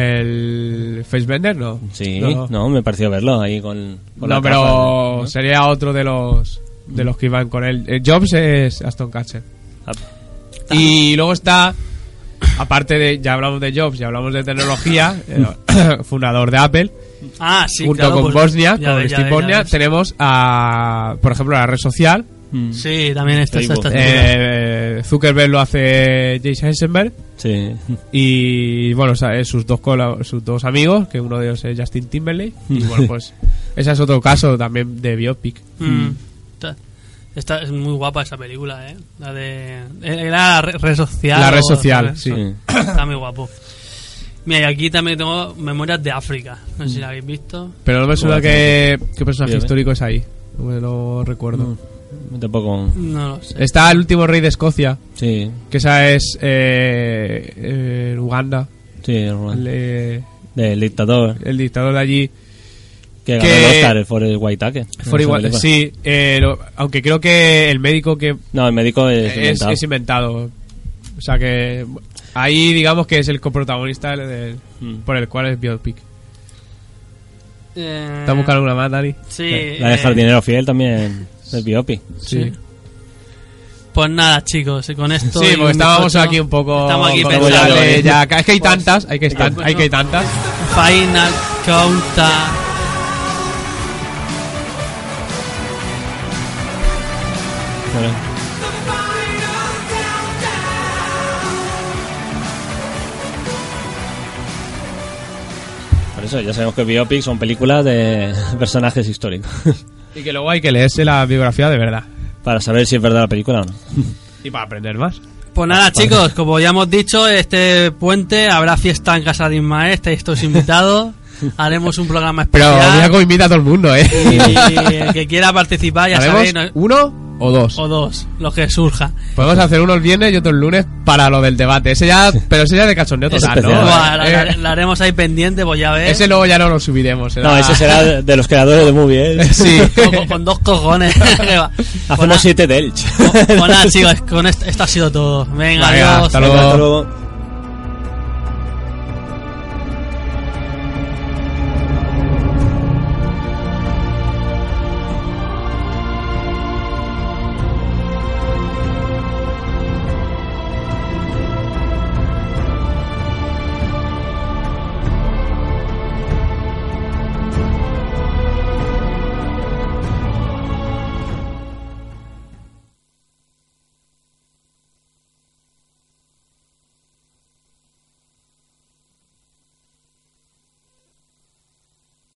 Speaker 3: El Facebender no.
Speaker 4: Sí,
Speaker 3: no,
Speaker 4: no, me pareció verlo ahí con, con
Speaker 3: No,
Speaker 4: la
Speaker 3: pero
Speaker 4: capa, ¿no?
Speaker 3: sería otro de los de los que iban con él. Eh, Jobs es Aston Catcher.
Speaker 4: Ah,
Speaker 3: Y luego está aparte de ya hablamos de Jobs, ya hablamos de tecnología, eh, fundador de Apple,
Speaker 2: Ah, sí,
Speaker 3: junto
Speaker 2: claro, pues,
Speaker 3: con Bosnia,
Speaker 2: ya
Speaker 3: con
Speaker 2: ves, ya ves,
Speaker 3: Steve
Speaker 2: ya
Speaker 3: Bosnia,
Speaker 2: ves.
Speaker 3: tenemos a por ejemplo la red social,
Speaker 4: mm,
Speaker 2: Sí, también está, está, está- está-
Speaker 3: eh, Zuckerberg lo hace Jason Heisenberg.
Speaker 4: Sí.
Speaker 3: Y bueno, o sea, eh, sus dos cola- sus dos amigos, que uno de ellos es Justin Timberlake. Y bueno, pues ese es otro caso también de biopic.
Speaker 2: Mm. Está- está- es muy guapa esa película, ¿eh? La de... Era la re- red social.
Speaker 3: La red
Speaker 2: o-
Speaker 3: social, sí.
Speaker 2: Está muy guapo. Mira, y aquí también tengo Memorias de África. No sé si la habéis visto.
Speaker 3: Pero no me suena
Speaker 4: Bueno,
Speaker 3: que, qué personaje
Speaker 4: Bien, ¿eh?
Speaker 3: histórico es ahí. No me lo recuerdo.
Speaker 4: Mm, Tampoco.
Speaker 2: No lo sé.
Speaker 3: Está el último rey de Escocia,
Speaker 4: Sí,
Speaker 3: que esa es eh, eh, Uganda,
Speaker 4: sí, el,
Speaker 3: el, eh,
Speaker 4: del dictador.
Speaker 3: el dictador de allí.
Speaker 4: Que,
Speaker 3: Que-
Speaker 4: ganó el Oscar, el Forrest Whitaker.
Speaker 3: For
Speaker 4: Esa
Speaker 3: igual-
Speaker 4: película.
Speaker 3: sí, eh, lo- aunque creo que el médico que
Speaker 4: No, el médico es,
Speaker 3: es
Speaker 4: inventado.
Speaker 3: es inventado. O sea que ahí digamos que es el coprotagonista del- del-
Speaker 4: Mm.
Speaker 3: por el cual es biopic.
Speaker 2: Eh,
Speaker 3: ¿Estás buscando alguna más, Dani?
Speaker 2: Sí.
Speaker 4: La de
Speaker 2: eh,
Speaker 4: Jardinero Fiel también, el biopic.
Speaker 3: Sí.
Speaker 2: Pues nada, chicos, y con esto.
Speaker 3: Sí,
Speaker 2: y
Speaker 3: porque estábamos
Speaker 2: bizcocho,
Speaker 3: aquí un poco.
Speaker 2: Estamos aquí
Speaker 3: con-
Speaker 2: pensando.
Speaker 3: Dale,
Speaker 4: en-
Speaker 3: ya, es que hay
Speaker 2: Pues-
Speaker 3: tantas, hay que, estar- hay que hay tantas.
Speaker 2: Faina, Cauta.
Speaker 4: Bueno. Por eso ya sabemos que biopics son películas de personajes históricos.
Speaker 3: Y que luego hay que leerse la biografía de verdad.
Speaker 4: Para saber si es verdad la película o no.
Speaker 3: Y para aprender más.
Speaker 2: Pues nada, chicos, como ya hemos dicho, este puente habrá fiesta en casa de Ismael, estáis todos invitados. Haremos un programa
Speaker 3: Pero
Speaker 2: especial.
Speaker 3: Diego invita a todo el mundo, ¿eh?
Speaker 2: y el que quiera participar, ya
Speaker 3: ¿Haremos
Speaker 2: sabéis, no-
Speaker 3: uno o dos?
Speaker 2: o dos, los que surja.
Speaker 3: Podemos hacer uno el viernes y otro el lunes para lo del debate. Ese ya, pero ese ya de cachondeo
Speaker 4: Es
Speaker 3: total, ¿no?
Speaker 4: especial.
Speaker 2: Buah, la, la-
Speaker 3: Eh,
Speaker 2: la haremos ahí pendiente, pues ya ves.
Speaker 3: ese luego ya no lo subiremos. será-
Speaker 4: No, ese será de- de los creadores de Movie. ¿eh?
Speaker 3: Sí.
Speaker 2: con, con dos cojones. Que va. Pues nada-
Speaker 4: Hacemos siete de Elch.
Speaker 2: Pues nada, chicos, con esto, esto ha sido todo. Venga,
Speaker 3: Venga,
Speaker 2: adiós.
Speaker 3: hasta
Speaker 4: Venga,
Speaker 3: luego.
Speaker 4: luego.